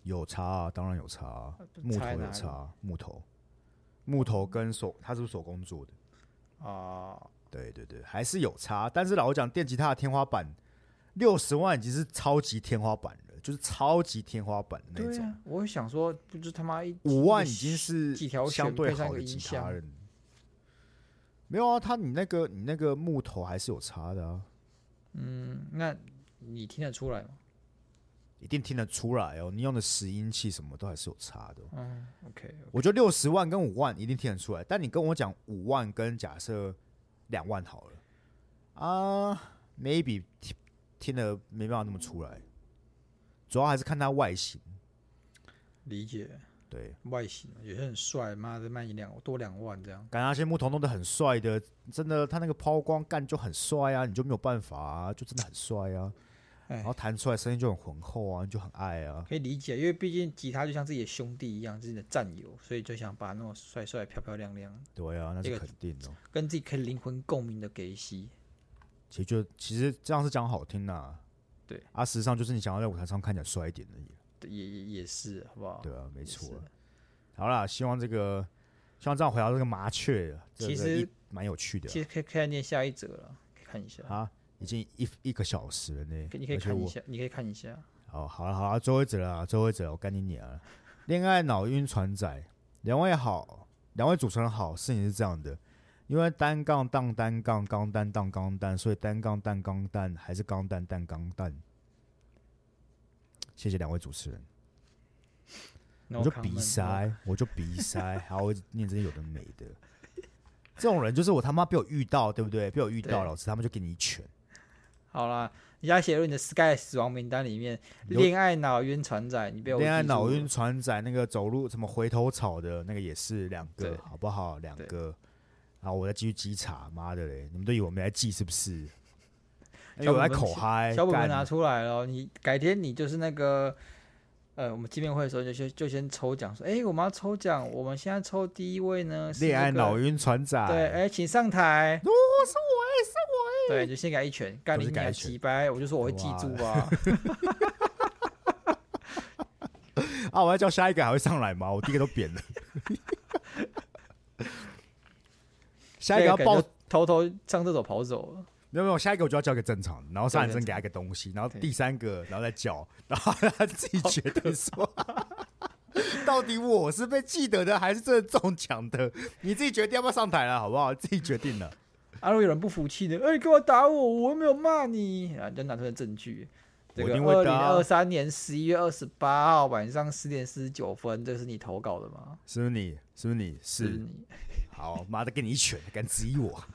S2: 有差啊，当然有差、啊，木
S1: 差在
S2: 头
S1: 哪
S2: 有
S1: 里
S2: 差啊，木头，木头跟手，它是手工做的，
S1: 啊，
S2: 对对对，还是有差。啊但是老实讲，电吉他的天花板六十万已经是超级天花板了，就是超级天花板的那
S1: 对
S2: 种。
S1: 啊，我想说，不就他妈一
S2: 五万已
S1: 一
S2: 经是
S1: 几条弦
S2: 相对
S1: 配上
S2: 好
S1: 个
S2: 的
S1: 音
S2: 吉
S1: 箱
S2: 他人。没有啊，他你那个你那个木头还是有差的啊，
S1: 嗯，那你听得出来吗？
S2: 一定听得出来哦。你用的拾音器什么都还是有差的哦、
S1: 嗯，OK，
S2: 我觉得六十万跟五万一定听得出来，但你跟我讲五万跟假设两万好了啊、m a y b e 听听得没办法那么出来，主要还是看它外形。
S1: 理解
S2: 对，
S1: 外形，有些很帅，妈的卖你两多两万这样，
S2: 感觉那些木头弄得很帅的，真的，他那个抛光干就很帅啊，你就没有办法啊，就真的很帅啊。
S1: 哎
S2: 然后弹出来声音就很浑厚啊，你就很爱啊。
S1: 可以理解，因为毕竟吉他就像自己的兄弟一样，自己的战友，所以就想把那种帅帅、漂漂亮亮、
S2: 对啊，那
S1: 这
S2: 是
S1: 个
S2: 肯定的。
S1: 跟自己可以灵魂共鸣的给息。
S2: 其实就其实这样是讲好听呐、
S1: 对
S2: 啊，事实上就是你想要在舞台上看起来帅一点而已。
S1: 对也也也是，好不好？
S2: 对啊，没错
S1: 哦是。
S2: 好啦，希望这个希望这样回答这个麻雀，啊这个
S1: 其实
S2: 一蛮有趣的
S1: 其实可以可以来念下一则了，可以看一下，
S2: 啊。已经一一个小时了呢
S1: 可以，你可以
S2: 而且
S1: 看一
S2: 我
S1: 下，你可以看一下。
S2: 哦，好了好了，最后一则了，最后一则了，我干你娘了！恋爱脑晕船仔，两位好，两位主持人好。事情是这样的，因为单杠当单杠，钢单当钢单，所以单杠当钢单还是钢单当钢单。谢谢两位主持人，
S1: No
S2: 我就
S1: comment，
S2: 鼻
S1: no
S2: 塞，我就鼻塞，还会念这些有的没的。 这种人就是我他妈被我遇到，对不对？被我遇到，
S1: 对
S2: 老师他们就给你一拳。
S1: 好啦，你要写入你的 Sky 死亡名单里面，
S2: 有
S1: 恋爱脑晕船仔，你被我
S2: 恋爱
S1: 记住
S2: 脑
S1: 了
S2: 晕船仔那个走路什么回头草的那个也是两
S1: 对
S2: 个，好不好？两
S1: 对
S2: 个。然后我再继续稽查，妈的嘞！你们都以为我没来记是不是？
S1: 小
S2: 有
S1: 本
S2: 在
S1: 本
S2: 口嗨，
S1: 小本本
S2: 哎干
S1: 拿出来了，你改天你就是那个，呃，我们见面会的时候就先就先抽奖，说，哎、我们要抽奖，我们现在抽第一位呢，是
S2: 恋爱
S1: 这个
S2: 脑晕船仔，
S1: 对，哎、请上台。
S2: 哦，是我
S1: 对，就先给他一拳，干
S2: 都
S1: 你
S2: 是给他
S1: 俩
S2: 一拳
S1: 几掰，我就说我会记住啊。
S2: 哎，是我哎！啊，我要叫下一个还会上来吗？我第一个都扁了。 下一个要
S1: 可能
S2: 报
S1: 就偷偷上厕所跑走了。
S2: 没有没有，下一个我就要叫一个正常的，然后
S1: 对
S2: 上半身
S1: 正
S2: 给
S1: 常
S2: 他一个东西，然后
S1: 对
S2: 第三个，然后再叫， 然后他自己决定说，到底我是被记得的还是真的中奖的？你自己决定要不要上台了，好不好？自己决定了。
S1: 啊，如果有人不服气的，哎、给我打我，我又没有骂你，然后就拿出了证据。这
S2: 我
S1: 个
S2: 一定
S1: 二
S2: 会
S1: 零
S2: 打啊
S1: 二三年十一月二十八号晚上十点四十九分，这是你投稿的吗？
S2: 是不是你？是不是你？
S1: 是不是
S2: 是。
S1: 你？
S2: 好，妈的，给你一拳，敢质疑我？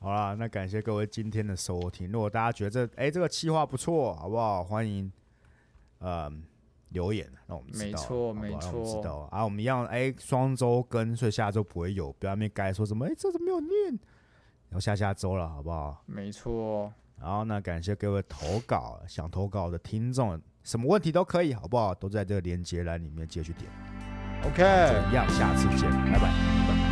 S2: 好啦，那感谢各位今天的收听。如果大家觉得这哎、这个企划不错，好不好？欢迎，呃，留言让我们知道，
S1: 没错
S2: 好不好
S1: 没错
S2: 让我们知道啊。我们一样哎，双、周更，所以下周不会有，不要在那边该说什么哎、这怎么没有念？然后下下周了，好不好？
S1: 没错，
S2: 然后呢，感谢各位投稿，想投稿的听众，什么问题都可以，好不好？都在这个连接栏里面接去点。
S1: OK，
S2: 一样，下次见，拜拜。